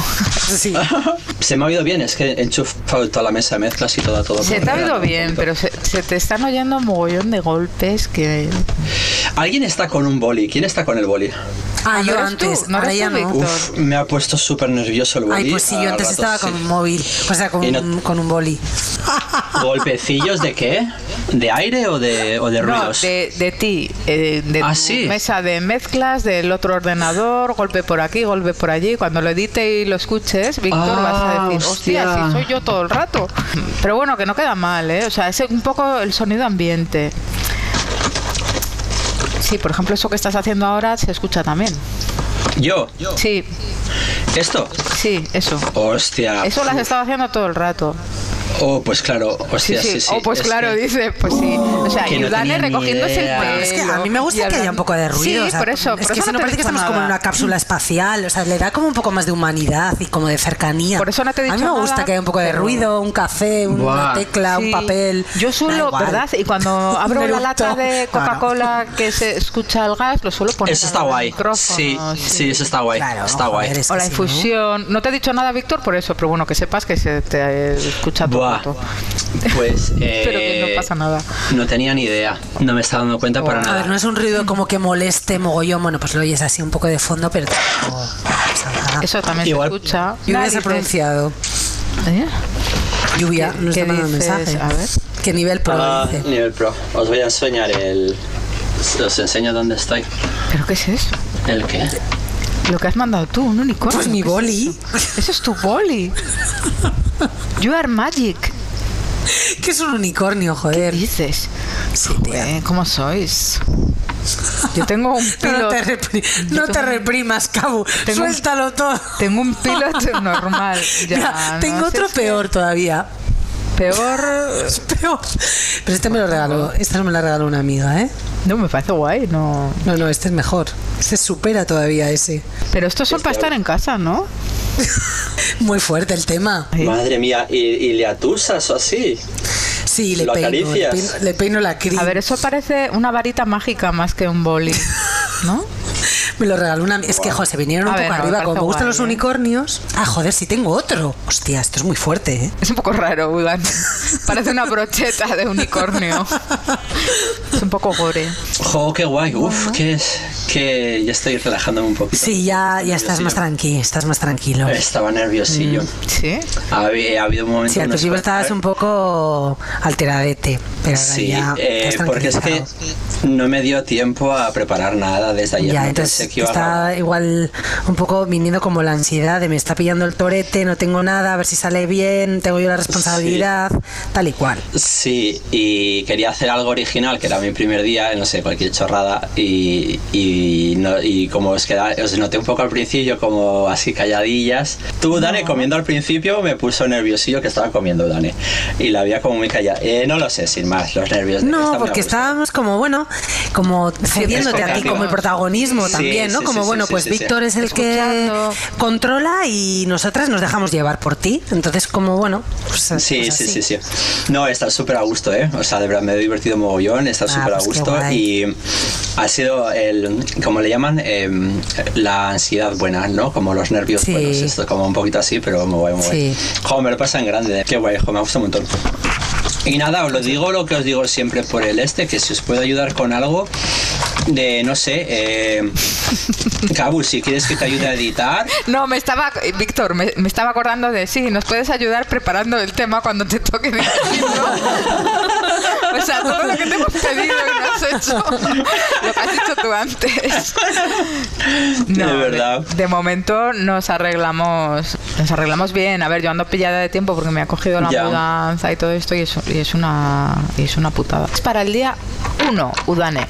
C: Sí. Ah,
A: [laughs] Se me ha oído bien, es que he enchufado toda la mesa de mezclas y todo a todo.
E: Se te ha
A: color.
E: oído bien, pero se, se te están oyendo un mogollón de golpes que...
A: ¿Alguien está con un boli? ¿Quién está con el boli?
C: Ah,
E: ¿No
C: yo
E: eres
C: antes,
E: tú? ¿No
C: ahora
E: eres
C: ya
E: tú,
C: no.
E: Víctor?
A: Uf, me ha puesto súper nervioso el boli.
C: Ay, pues sí, yo
A: a
C: antes
A: ratos,
C: estaba con
A: sí.
C: un móvil, o sea, con,
A: Y no-
C: un- con un boli.
A: ¿Golpecillos de qué? ¿De aire o de, o de
E: No,
A: ruidos?
E: de, de ti, eh, de
A: Ah,
E: tu
A: sí.
E: mesa de mezclas, del otro ordenador, golpe por aquí, golpe por allí. Cuando lo edite y lo escuches, Víctor,
A: Ah,
E: vas a decir, hostia,
A: hostia.
E: si soy yo todo el rato. [laughs] Pero bueno, que no queda mal, ¿eh? O sea, es un poco el sonido ambiente. Sí, por ejemplo, eso que estás haciendo ahora se escucha también.
A: ¿Yo?
E: Sí,
A: ¿Esto?
E: sí, eso.
A: Hostia.
E: Eso lo has estado haciendo todo el rato.
A: Oh, pues claro.
E: Sí,
A: Hostia, sí, sí.
E: sí. Oh, pues
A: es
E: claro,
A: que-
E: dice, pues sí. O sea,
A: Que no
E: ayudarle
A: tenía ni
E: recogiéndose el
A: idea.
E: pelo.
A: Es
C: Es que a mí me
E: y
C: gusta que haya
E: hablando-
C: un poco de ruido.
E: Sí,
C: o sea,
E: por eso. por
C: Es que
E: eso
C: si no
E: te
C: parece que
E: he dicho
C: estamos como en
E: nada.
C: una cápsula espacial, o sea, le da como un poco más de humanidad y como de cercanía.
E: Por eso no te he
C: A mí
E: dicho
C: me gusta
E: nada,
C: que haya un poco de
E: pero-
C: ruido, un café, una
A: Buah.
C: tecla, un
E: Sí.
C: papel.
E: Yo
C: Da
E: suelo,
C: igual.
E: ¿verdad? Y
C: [laughs]
E: cuando abro
C: Me
E: la
C: gusta.
E: lata de
C: Claro.
E: Coca-Cola que se escucha el gas, lo suelo poner.
A: Eso está
E: al
A: guay.
E: pues, micrófono,
A: Sí, sí, eso está guay.
C: Claro,
A: está guay.
C: joder, es
E: O
C: que
E: la
C: si no-
E: infusión. No te he dicho nada, Víctor, por eso, pero bueno, que sepas que se te eh, escucha todo el
A: Buah.
E: rato.
A: Pues. eh,
E: [laughs] Pero que no pasa nada. Oh,
A: No tenía ni idea. No me estaba dando cuenta para
C: A ver, no
A: nada.
C: es un ruido como que moleste mogollón. Bueno, pues lo oyes así un poco de fondo, pero tampoco pasa nada.
E: Eso también
A: Igual-
E: se escucha.
C: Lluvia se ha
E: Narices.
C: pronunciado.
E: ¿Eh?
C: Lluvia,
E: ¿Qué-
C: nos
E: qué
C: está mandando un
E: dices?
C: mensaje.
E: A ver.
C: ¿Qué nivel pro
A: Ah,
C: dice?
A: nivel pro. Os voy a enseñar el. Os enseño dónde estoy.
E: ¿Pero qué es eso?
A: ¿El qué?
E: Lo que has mandado tú, un unicornio.
C: Pues mi
E: ¿qué es
C: boli.
E: eso? Eso es tu boli. You are magic.
C: [laughs] Que es un unicornio, joder.
E: Dices,
C: Sí, tía.
E: eh, ¿cómo sois? Yo tengo un
C: No
E: pilot.
C: te, repri- no te reprimas, Cabu.
E: Tengo-
C: Suéltalo todo.
E: Tengo un
C: [laughs]
E: piloto normal. Ya,
C: Mira,
E: no
C: tengo
E: sé,
C: otro
E: es que [laughs]
C: peor todavía.
E: Peor.
C: Es peor. Pero este me lo regaló. Este me lo regaló una amiga, ¿eh?
E: No, me parece guay, no.
C: No, no, este es mejor. Este supera todavía ese.
E: Pero estos son para estar en casa, ¿no?
C: Muy fuerte el tema.
E: Sí.
A: Madre mía, ¿y, y le atusas o así?
C: Sí, le
A: ¿Lo
C: peino, le
A: acaricias?
C: peino. le peino la crin.
E: A ver, eso parece una varita mágica más que un boli, ¿no?
C: Me lo regaló una. Es que, joder, se vinieron un
E: A ver,
C: poco
E: no, me
C: arriba.
E: parece
C: Como me gustan
E: guay,
C: los
E: ¿eh?
C: unicornios. Ah, joder, sí tengo otro. Hostia, esto es muy fuerte, ¿eh?
E: Es un poco raro, Wigan. Parece una brocheta de
C: [laughs]
E: unicornio. Es un poco gore.
A: Jo, qué guay. Uf, qué es. Que ya estoy relajándome un poquito.
C: Sí, ya, ya estás más
A: Nerviosillo.
C: tranquilo. Estás más tranquilo.
A: Estaba nerviosillo.
E: ¿Sí?
A: Ha, habi- ha habido un momento.
C: Mm. Sí, al principio estabas un poco alteradete, pero ahora
A: Sí,
C: ya te
A: eh,
C: has
A: porque es que
C: tranquilizado.
A: no me dio tiempo a preparar nada desde ayer.
C: Ya,
A: no
C: entonces
A: pensé que iba a grabar.
C: está igual un poco viniendo como la ansiedad de me está pillando el torete, no tengo nada, a ver si sale bien, tengo yo la responsabilidad, tal y cual.
A: Sí, y quería hacer algo original, que era mi primer día, no sé, cualquier chorrada, y, y, no- y como os, queda, os noté un poco al principio, como así calladillas. Tú, Dane, comiendo al principio, me puso nerviosillo que estaba comiendo, Dane, y la había como muy callada. Eh, no lo sé, sin más, los nervios. de que
C: No,
A: está muy
C: porque
A: a gusto.
C: estábamos como, bueno, como cediéndote a ti
A: expectativa.
C: como el protagonismo
A: Sí,
C: también. también, ¿no?
A: sí,
C: Como
A: sí,
C: bueno,
A: sí,
C: pues
A: sí, sí.
C: Víctor es el
E: Escuchando.
C: que controla y nosotras nos dejamos llevar por ti. Entonces, como bueno, pues,
A: Sí,
C: pues
A: sí, sí,
C: así.
A: sí. No, está súper a gusto, ¿eh? O sea, de verdad me he divertido mogollón, está
C: Ah,
A: súper
C: pues qué
A: a gusto
C: guay.
A: y ha sido el, como le llaman, Em, la ansiedad buena, ¿no? Como los nervios
C: Sí.
A: buenos, esto como un poquito así, pero muy guay, muy guay.
C: Sí.
A: Jo, me lo pasa en grande, ¿eh? qué guay, jo, me gusta un montón. Y nada, os lo digo lo que os digo siempre por el este, que si os puedo ayudar con algo de, no sé, eh,
C: [laughs]
A: Cabu, si quieres que te ayude a editar,
E: No, me estaba, eh, Víctor, me, me estaba acordando de sí, nos puedes ayudar preparando el tema cuando te toque dirigirlo. O sea, todo lo que te hemos pedido y no has hecho, lo que has hecho tú antes.
A: de verdad.
E: De, momento nos arreglamos, nos arreglamos bien. A ver, yo ando pillada de tiempo porque me ha cogido la
A: Ya.
E: mudanza y todo esto y es, y es una y es una putada. Es para el día 1, Udane.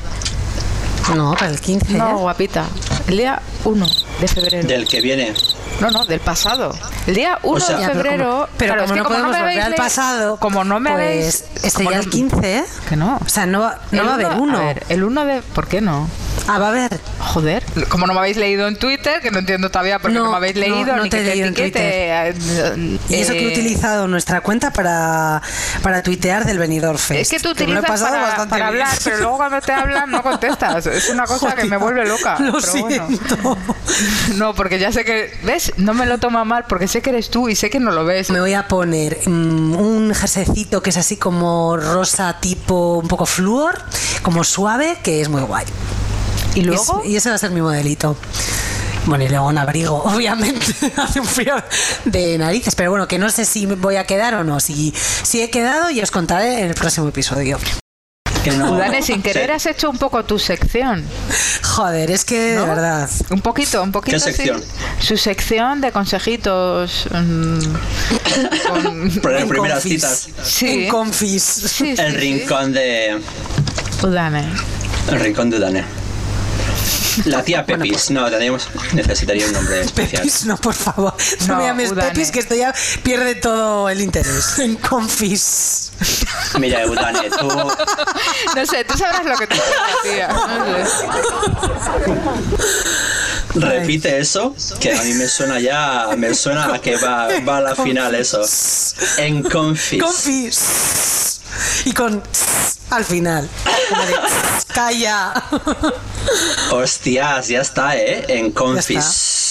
C: No, para el 15.
E: No, guapita. El día 1 de febrero.
A: Del que viene.
E: No, no, del pasado. El día 1
A: sea-
E: de
C: Ya, pero
E: febrero.
C: como- Pero
E: claro,
C: como,
E: es que
C: no podemos
E: me
C: volver
E: habéis
C: al
E: le-
C: pasado,
E: Como no me
C: pues,
E: habéis.
C: Este
E: como
C: ya
E: no-
C: el 15, ¿eh?
E: Que no.
C: O sea, no, va- no
E: El
C: va a haber
E: uno-
C: uno.
E: a ver, el 1 de. ¿Por qué no?
C: Ah, va a haber.
E: Joder. Como no me habéis leído en Twitter, que no entiendo todavía por qué no,
C: No,
E: me habéis
C: no,
E: leído,
C: no
E: ni
C: te
E: que
C: he leído en
E: etiquete, eh,
C: Y eso que he
E: eh,
C: utilizado nuestra cuenta para, para tuitear del Benidorm Fest.
E: Es que tú
C: me lo he
E: utilizas
C: pasado
E: para,
C: bastante
E: para
C: bien.
E: hablar, pero luego cuando te hablan no contestas. Es una cosa que me vuelve loca.
C: Lo
E: pero bueno.
C: siento.
E: No, porque ya sé que. ¿Ves? No me lo toma mal porque sé que eres tú y sé que no lo ves.
C: Me voy a poner mm, un jerseycito que es así como rosa tipo un poco flúor, como suave, que es muy guay.
E: Y luego.
C: Es- y ese va a ser mi modelito. Bueno, y luego un abrigo, [laughs] obviamente. Hace un frío de narices, pero bueno, que no sé si voy a quedar o no. Si, si he quedado, y os contaré en el próximo episodio.
A: Que no, [laughs]
E: Udane, sin querer has hecho un poco tu sección.
C: Joder, es que de verdad.
E: Un poquito, un poquito.
A: ¿Qué sección?
E: sí. Su sección de consejitos. mm,
A: [laughs]
E: con-
A: Pero en
C: En
A: primeras
C: confis.
A: citas.
E: Sí.
C: En confis.
E: sí, sí,
A: El
E: sí.
A: rincón de.
E: Udane.
A: El rincón de Dane. La
E: [laughs]
A: tía
E: pues.
A: Pepis. No, tenemos, necesitaría un nombre especial.
C: Pepis, no, por favor. No,
E: No,
C: me llames
E: Udane.
C: Pepis, que esto ya pierde todo
A: [laughs]
C: el interés. En confis.
A: Mira, Eudane, tú.
E: No sé, tú sabrás lo que te gusta, tía. No sé.
A: Repite eso, que a mí me suena ya. Me suena a que va, va a la final eso. En Confis.
C: Confis. Y con al final. Como de, Calla.
A: Hostias, ya está, ¿eh? En Confis.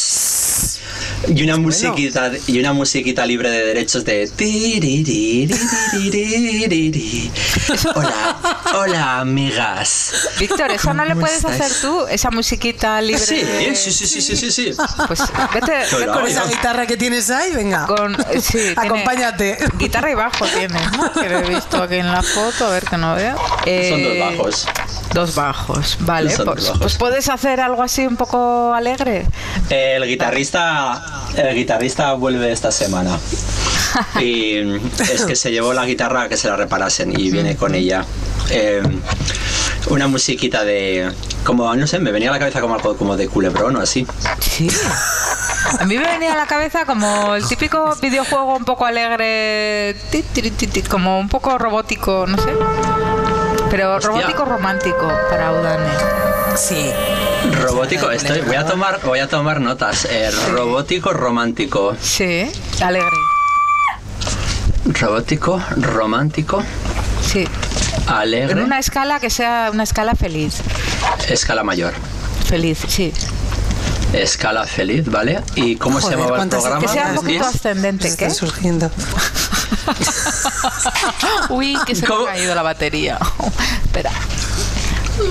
A: Y una, musiquita, y una musiquita libre de derechos de...
E: [laughs]
A: tiririririririririri. Hola, hola amigas.
E: Víctor, eso no le
A: ¿Cómo
E: puedes
A: estáis?
E: hacer tú, esa musiquita libre.
A: Ah, Sí,
E: de-
A: sí, sí, sí, sí, sí, sí.
E: Pues vete,
A: Qué
E: vete
A: bravo.
C: Con esa
A: Dios.
C: guitarra que tienes ahí, venga.
E: con. sí, tiene-
C: Acompáñate.
E: Guitarra y bajo tiene, que lo he visto aquí en la foto, a ver que no veo.
A: Son dos
E: Eh,
A: bajos.
E: Dos bajos, vale.
A: Son dos
E: pues,
A: bajos.
E: pues puedes hacer algo así un poco alegre.
A: El guitarrista, el guitarrista vuelve esta
E: [laughs]
A: semana. Y es que se llevó la guitarra a que se la reparasen y viene con ella. Eh, una musiquita de. Como, no sé, me venía a la cabeza como algo como de culebrón o así.
E: Sí. A mí me venía a la cabeza como el típico videojuego un poco alegre, ti, ti, ti, ti, como un poco robótico, no sé. Pero
A: Hostia.
E: robótico romántico para Udane.
C: Sí.
A: Robótico, estoy. Voy a tomar, voy a tomar notas. Eh, robótico romántico.
E: Sí, alegre.
A: Robótico, romántico,
E: Sí. En
A: alegre,
E: una escala que sea una escala feliz.
A: escala mayor.
E: Feliz, sí.
A: Escala feliz, ¿vale? ¿Y cómo se
C: Joder,
A: llamaba el
C: cuántas- que
A: programa?
E: Que sea un
A: ¿Me
E: poquito
A: decías?
E: ascendente,
C: Está
E: ¿qué?
C: surgiendo.
E: Uy, que se me
A: ¿Cómo?
E: ha caído la batería. [laughs] Espera.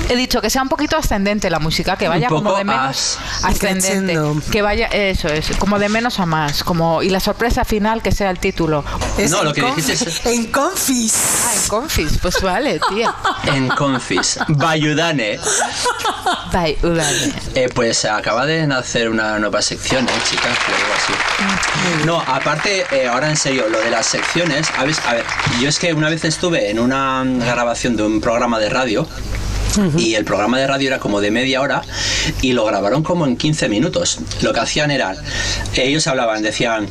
E: He dicho que sea un poquito ascendente la música, que vaya
A: Un
E: como
A: poco
E: de menos
A: as-
E: ascendente,
C: Creciendo.
E: que vaya eso es, como de menos a más, como y la sorpresa final que sea el título.
C: Es
A: No, lo
C: en
A: que dijiste
C: confis-
A: es-
C: En confis.
E: Ah, en Confis, pues vale,
A: [laughs]
E: tía.
A: En Confis. Bayudane.
E: Bye, vale.
A: Eh, pues acaba de nacer una nueva sección, ¿eh, chicas? Lo digo así. No, aparte, eh, ahora en serio, lo de las secciones. A ver, a ver, yo es que una vez estuve en una grabación de un programa de radio. Y el programa de radio era como de media hora y lo grabaron como en 15 minutos. Lo que eh, hacían era, ellos hablaban, decían,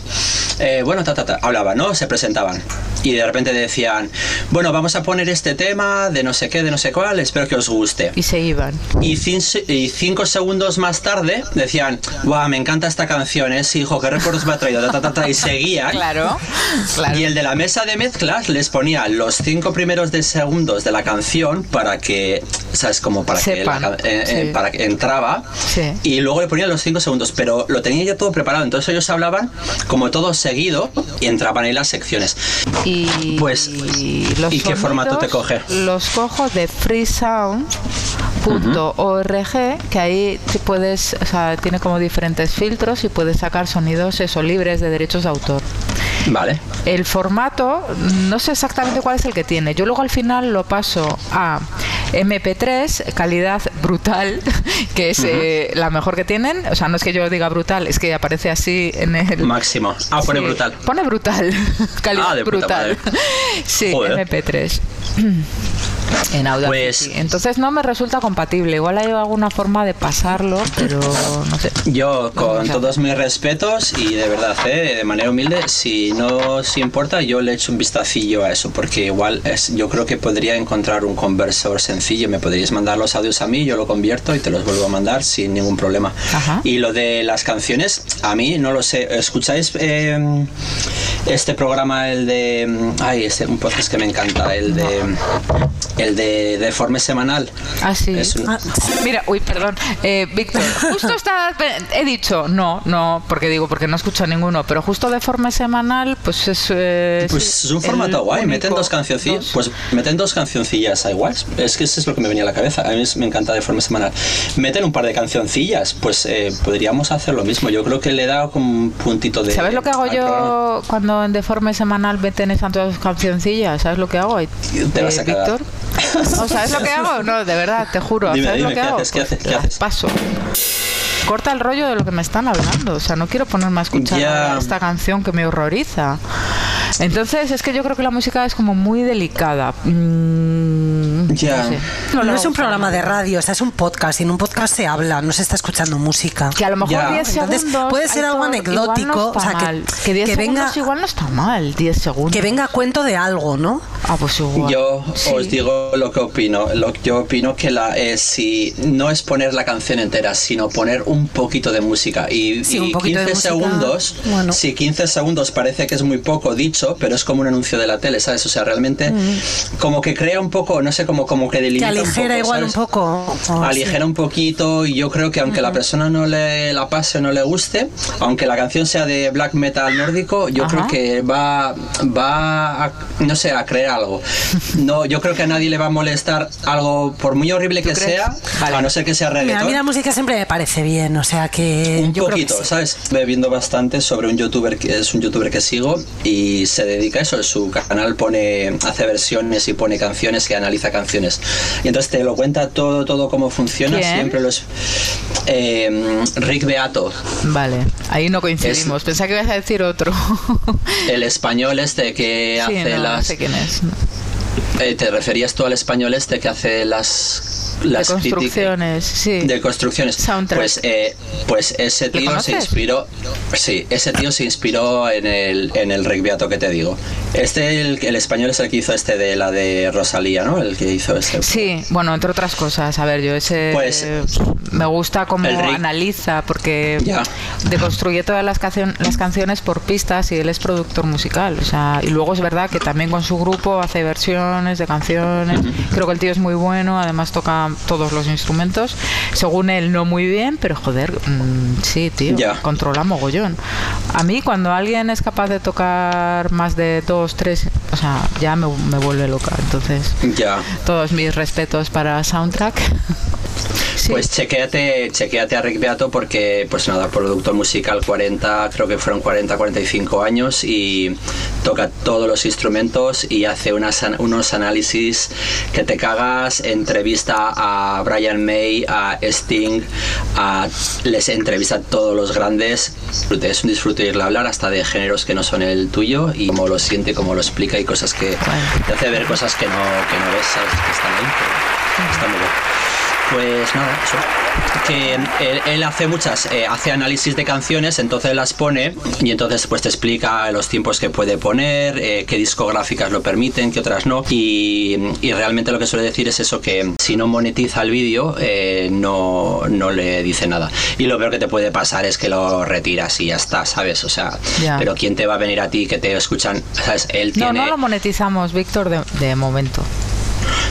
A: eh, bueno, ta, ta, ta, hablaban, ¿no? Se presentaban. y de repente decían, bueno, vamos a poner este tema de no sé qué, de no sé cuál, espero que os guste.
E: Y se iban.
A: Y, cin- y cinco segundos más tarde decían, guau, me encanta esta canción, ¿eh? Sí, hijo, qué recuerdos me ha traído, ta, ta, ta, ta, y seguían.
E: Claro, [laughs] claro.
A: Y el de la mesa de mezclas les ponía los cinco primeros de segundos de la canción para que, ¿sabes? Como para
E: Sepan,
A: que la ca- eh, eh,
E: sí.
A: para que entraba.
E: Sí.
A: Y luego le ponían los cinco segundos, pero lo tenía ya todo preparado. Entonces ellos hablaban como todo seguido y entraban en las secciones.
E: Y,
A: Pues,
E: y los
A: ¿y qué formato te coge?
E: sonidos Los cojo de freesound.org, que ahí te puedes, o sea, tiene como diferentes filtros y puedes sacar sonidos eso, libres de derechos de autor.
A: Vale.
E: El formato, no sé exactamente cuál es el que tiene. Yo luego al final lo paso a MP3, calidad brutal, [laughs] que es eh, la mejor que tienen. O sea, no es que yo diga brutal, es que aparece así en el...
A: Máximo. Ah, pone
E: Sí,
A: brutal.
E: Pone brutal. [laughs] Calidad
A: Ah, de puta
E: brutal.
A: madre.
E: [laughs] sí,
A: Joder.
E: MP3. [clears throat] En Audacity.
A: Pues-
E: Entonces no me resulta compatible. Igual hay alguna forma de pasarlo, pero no sé.
A: Yo, con
E: Vamos a-
A: todos mis respetos y de verdad, eh, de manera humilde, si no os importa, yo le echo un vistacillo a eso, porque igual es, yo creo que podría encontrar un conversor sencillo. Me podríais mandar los audios a mí, yo lo convierto y te los vuelvo a mandar sin ningún problema.
E: Ajá.
A: Y lo de las canciones, a mí no lo sé. ¿Escucháis eh, este programa, el de. Ay, este, un podcast que me encanta, el de. El de Deforme Semanal?
E: Así.
A: Es un-
E: Ah, Mira, uy, perdón. Eh, Víctor, justo está. [laughs] He dicho, no, no, porque digo, porque no escucho ninguno, pero justo de forma semanal, pues es. eh,
A: Pues es un
E: el
A: formato guay, meten
E: único-
A: dos cancioncillas,
E: dos.
A: pues meten dos cancioncillas, ah, igual, es que eso es lo que me venía a la cabeza, a mí es- me encanta de forma semanal. Meten un par de cancioncillas, pues eh, podríamos hacer lo mismo, yo creo que le da como un puntito de...
E: ¿Sabes lo que hago
A: al programa.
E: yo cuando en Deforme Semanal meten esas dos cancioncillas? ¿Sabes lo que hago? Eh,
A: Te vas a cagar.
E: Víctor? No, ¿Sabes lo que hago? No, de verdad, te juro.
A: Dime,
E: ¿Sabes
A: dime,
E: lo
A: ¿qué
E: que hago?
A: haces? ¿Qué
E: Pues
A: haces? ¿Qué
E: las
A: haces?
E: Paso. Corta el rollo de lo que me están hablando. O sea, no quiero ponerme a escuchar
A: Ya.
E: esta canción que me horroriza. Entonces, es que yo creo que la música es como muy delicada. Mm,
A: Ya.
E: no sé.
C: No,
E: lo
C: es un
E: hago.
C: programa de radio, o sea, es un podcast. Y en un podcast se habla, no se está escuchando música.
E: Que a lo mejor
A: Ya.
E: 10
C: Entonces,
E: segundos.
C: puede ser algo
E: Aitor, igual no
C: anecdótico,
E: está
C: o sea, que-
E: mal. que 10
C: que venga-
E: segundos igual no está mal. 10 segundos.
C: Que venga a cuento de algo, ¿no?
E: Ah, pues igual.
A: Yo
E: Sí.
A: os digo lo que opino. Lo, que yo opino que la, eh, si no es poner la canción entera, sino poner un poquito de música. Y,
C: Sí, un
A: y
C: poquito de
A: 15
C: música,
A: segundos,
C: bueno.
A: sí, 15 segundos parece que es muy poco dicho, pero es como un anuncio de la tele, ¿sabes? O sea, realmente como que crea un poco, no sé, como, como que
C: Mm. Que
A: delimita
C: aligera
A: un poco,
C: igual
A: ¿sabes?
C: un poco. o así.
A: Aligera un poquito y yo creo que aunque la persona no le la pase o no le guste, aunque la canción sea de black metal nórdico, yo
E: Ajá.
A: creo que va, va a, no sé, a creer algo. No, yo creo que a nadie le va a molestar algo, por muy horrible que
E: crees?
A: sea,
E: Vale.
A: a no ser que sea
C: Mira, a
A: reggaetón.
C: mí la música siempre me parece bien, o sea que.
A: un
C: yo creo que
A: poquito,
C: sí.
A: ¿sabes? Bebiendo bastante sobre un youtuber que es un youtuber que sigo y se dedica a eso. Su canal pone, hace versiones y pone canciones que analiza canciones. Y entonces te lo cuenta todo, todo cómo funciona.
E: ¿Quién?
A: Siempre los. eh, Rick Beato,
E: Vale, ahí no coincidimos. Pensaba que ibas a decir otro.
A: el español este que
E: [laughs] Sí,
A: hace
E: no, no
A: las.
E: sé quién es.
A: eh, ¿Te referías tú al español este que hace las.
E: De
A: las críticas-
E: construcciones, sí.
A: de construcciones.
E: Soundtrack.
A: Pues, eh, pues ese
E: ¿Le
A: tío se
E: conoces?
A: inspiró. Sí, ese tío se inspiró en el, en el regbiato que te digo. Este, el, el español es el que hizo este de la de Rosalía, ¿no? El que hizo este.
E: Sí, bueno, entre otras cosas. A ver, yo ese
A: Pues,
E: eh, me gusta cómo
A: el Rick-
E: analiza, porque
A: Ya.
E: deconstruye todas las, cacion- las canciones por pistas y él es productor musical. O sea, y luego es verdad que también con su grupo hace versiones de canciones. Creo que el tío es muy bueno, además toca todos los instrumentos. Según él, no muy bien, pero joder, mm, sí, tío,
A: Ya.
E: controla mogollón. A mí, cuando alguien es capaz de tocar más de dos, tres, o sea, ya me, me vuelve loca. Entonces
A: Ya.
E: todos mis respetos para Soundtrack. Sí.
A: Pues chequéate, chequéate a Rick Beato porque, pues nada, productor musical 40, creo que fueron 40, 45 años y toca todos los instrumentos y hace unas an- unos análisis que te cagas, entrevista a Brian May, a Sting, a- les entrevista a todos los grandes, es un disfrute irle a hablar hasta de géneros que no son el tuyo y cómo lo siente, cómo lo explica y cosas que te hace ver cosas que no, que no ves, sabes que están ahí, pero está muy bien. Pues nada, eso. Que él, él hace muchas, eh, hace análisis de canciones, entonces las pone y entonces pues te explica los tiempos que puede poner, eh, qué discográficas lo permiten, qué otras no. Y, y realmente lo que suele decir es eso, que si no monetiza el vídeo, eh, no, no le dice nada. Y lo peor que te puede pasar es que lo retiras y ya está, ¿sabes? O sea,
E: Ya.
A: pero ¿quién te va a venir a ti que te escuchan? ¿Sabes? Él
E: No,
A: tiene...
E: no lo monetizamos, Víctor, de, de momento.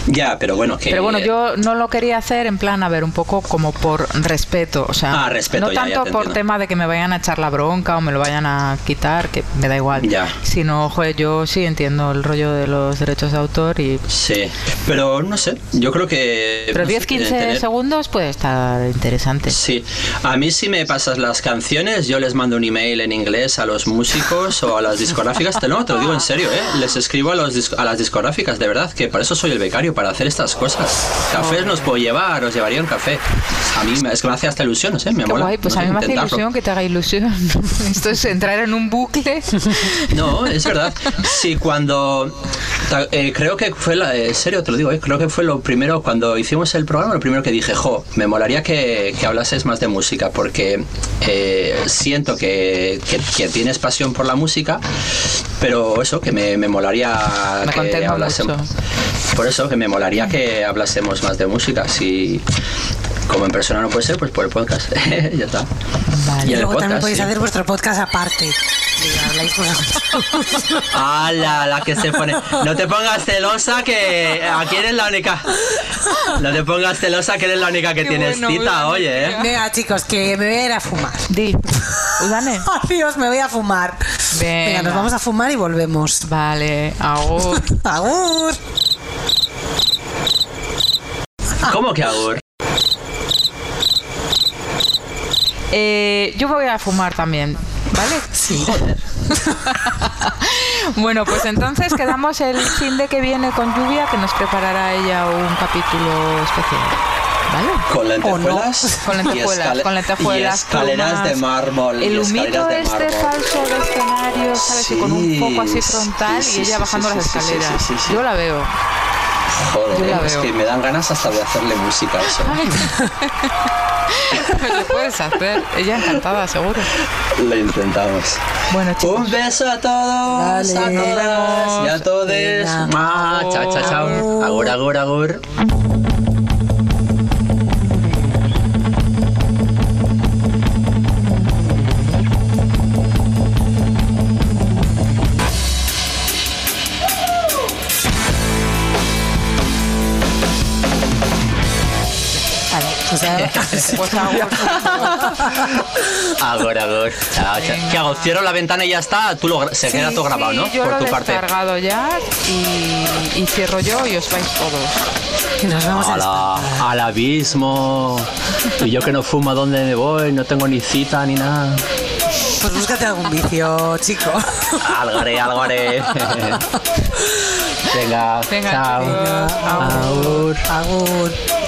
A: Ya, pero bueno, que...
E: Pero bueno, yo no lo quería hacer en plan, a ver, un poco como por respeto, o sea,
A: Ah, respeto,
E: no
A: ya,
E: tanto
A: ya te
E: por
A: entiendo.
E: tema de que me vayan a echar la bronca o me lo vayan a quitar, que me da igual,
A: Ya.
E: sino, joder, yo sí entiendo el rollo de los derechos de autor y...
A: Sí, pues, pero no sé, yo creo que...
E: Pero
A: no sé, eh,
E: 10-15
A: tener-
E: segundos puede estar interesante.
A: Sí, a mí si me pasas las canciones, yo les mando un email en inglés a los músicos o a las discográficas. Te, no, te lo digo en serio, ¿eh? Les escribo a, los dis- a las discográficas, de verdad, que para eso soy el becario, para hacer estas cosas. Cafés nos puedo llevar, os llevaría un café. A mí me- es que me hace hasta ilusión, ¿eh? Me
E: Qué
A: mola.
E: guay, pues
A: no
E: a
A: sé,
E: mí me hace
A: intentarlo.
E: ilusión que te haga ilusión. [laughs] Esto es entrar en
A: [laughs]
E: un bucle.
A: No, es verdad. Sí, cuando. ta- eh, creo que fue la. En serio, te lo digo, eh, creo que fue lo primero. Cuando hicimos el programa, lo primero que dije, jo, me molaría que, que hablases más de música, porque eh, siento que, que- que tienes pasión por la música, pero eso, que me, me molaría
E: Me
A: que
E: contengo
A: hablásemos.
E: mucho.
A: Por eso, que me molaría que hablásemos más de música. Si. Como en persona no puede ser, pues por el podcast. [laughs] ya está.
E: Vale.
A: Y el
C: Luego también
A: podcast,
C: podéis
A: sí.
C: hacer vuestro podcast aparte. Y habláis
A: [laughs]
C: vosotros.
A: ¡Hala! La que se pone. No te pongas celosa que aquí eres la única. No te pongas celosa que eres la única que
B: Qué
A: tienes
B: bueno,
A: cita,
B: Udane,
A: oye, ¿eh?
C: Venga, chicos, que me voy a ir a fumar. [laughs]
E: Di, [laughs] Udane.
C: Adiós, me voy a fumar.
E: Venga.
C: Venga, nos vamos a fumar y volvemos.
E: Vale, hago.
C: Agur.
A: ¿Cómo que agur?
E: Eh, yo voy a fumar también, ¿vale? Sí. bueno, pues [laughs] entonces quedamos el fin de que viene con lluvia, que nos preparará ella un capítulo especial. ¿vale?
A: Con lentejuelas.
E: Con
A: y
E: lentejuelas,
A: escale-
E: con lentejuelas.
A: Y escaleras
E: plumas,
A: de mármol. y
E: El humito
A: escaleras
E: de
A: de
E: este
A: mármol.
E: falso de escenario, ¿sabes? Y con un
A: Sí,
E: poco así
A: sí,
E: frontal
A: sí,
E: y
A: sí,
E: ella bajando
A: sí,
E: las
A: sí, sí,
E: escaleras.
A: sí, sí, sí.
E: Yo la veo.
A: Joder,
E: Yo la
A: eh, es
E: veo.
A: que me dan ganas hasta de hacerle música a eso.
E: [laughs] Lo puedes hacer. Ella encantada, seguro.
A: Lo intentamos.
E: Bueno, chicos.
A: Un beso a todos,
C: Dale.
A: a todas y a todes.
C: Venga.
A: Ma, Chao, chao, chao. Agur, agur, agur.
C: Vale,
A: [laughs]
C: pues ya-
E: Pues agur.
A: Agur, agur. Chao, chao.
E: Venga.
A: ¿Qué hago? Ah, Cierro la ventana y ya está. Tú lo gra- se queda todo grabado,
E: Sí,
A: ¿no?
E: Yo
A: Por
E: lo
A: tu
E: he
A: parte.
E: descargado ya y, y cierro yo y os vais todos.
C: que nos vamos a
A: Ala, al abismo. Y yo que no fumo, ¿a dónde me voy? No tengo ni cita ni nada.
C: Pues búscate algún vicio,
A: [laughs]
C: chico.
A: Algo haré, algo [laughs] haré. Venga,
E: Venga,
A: chao.
E: chicos,
A: Agur.
E: agur.
C: Agur.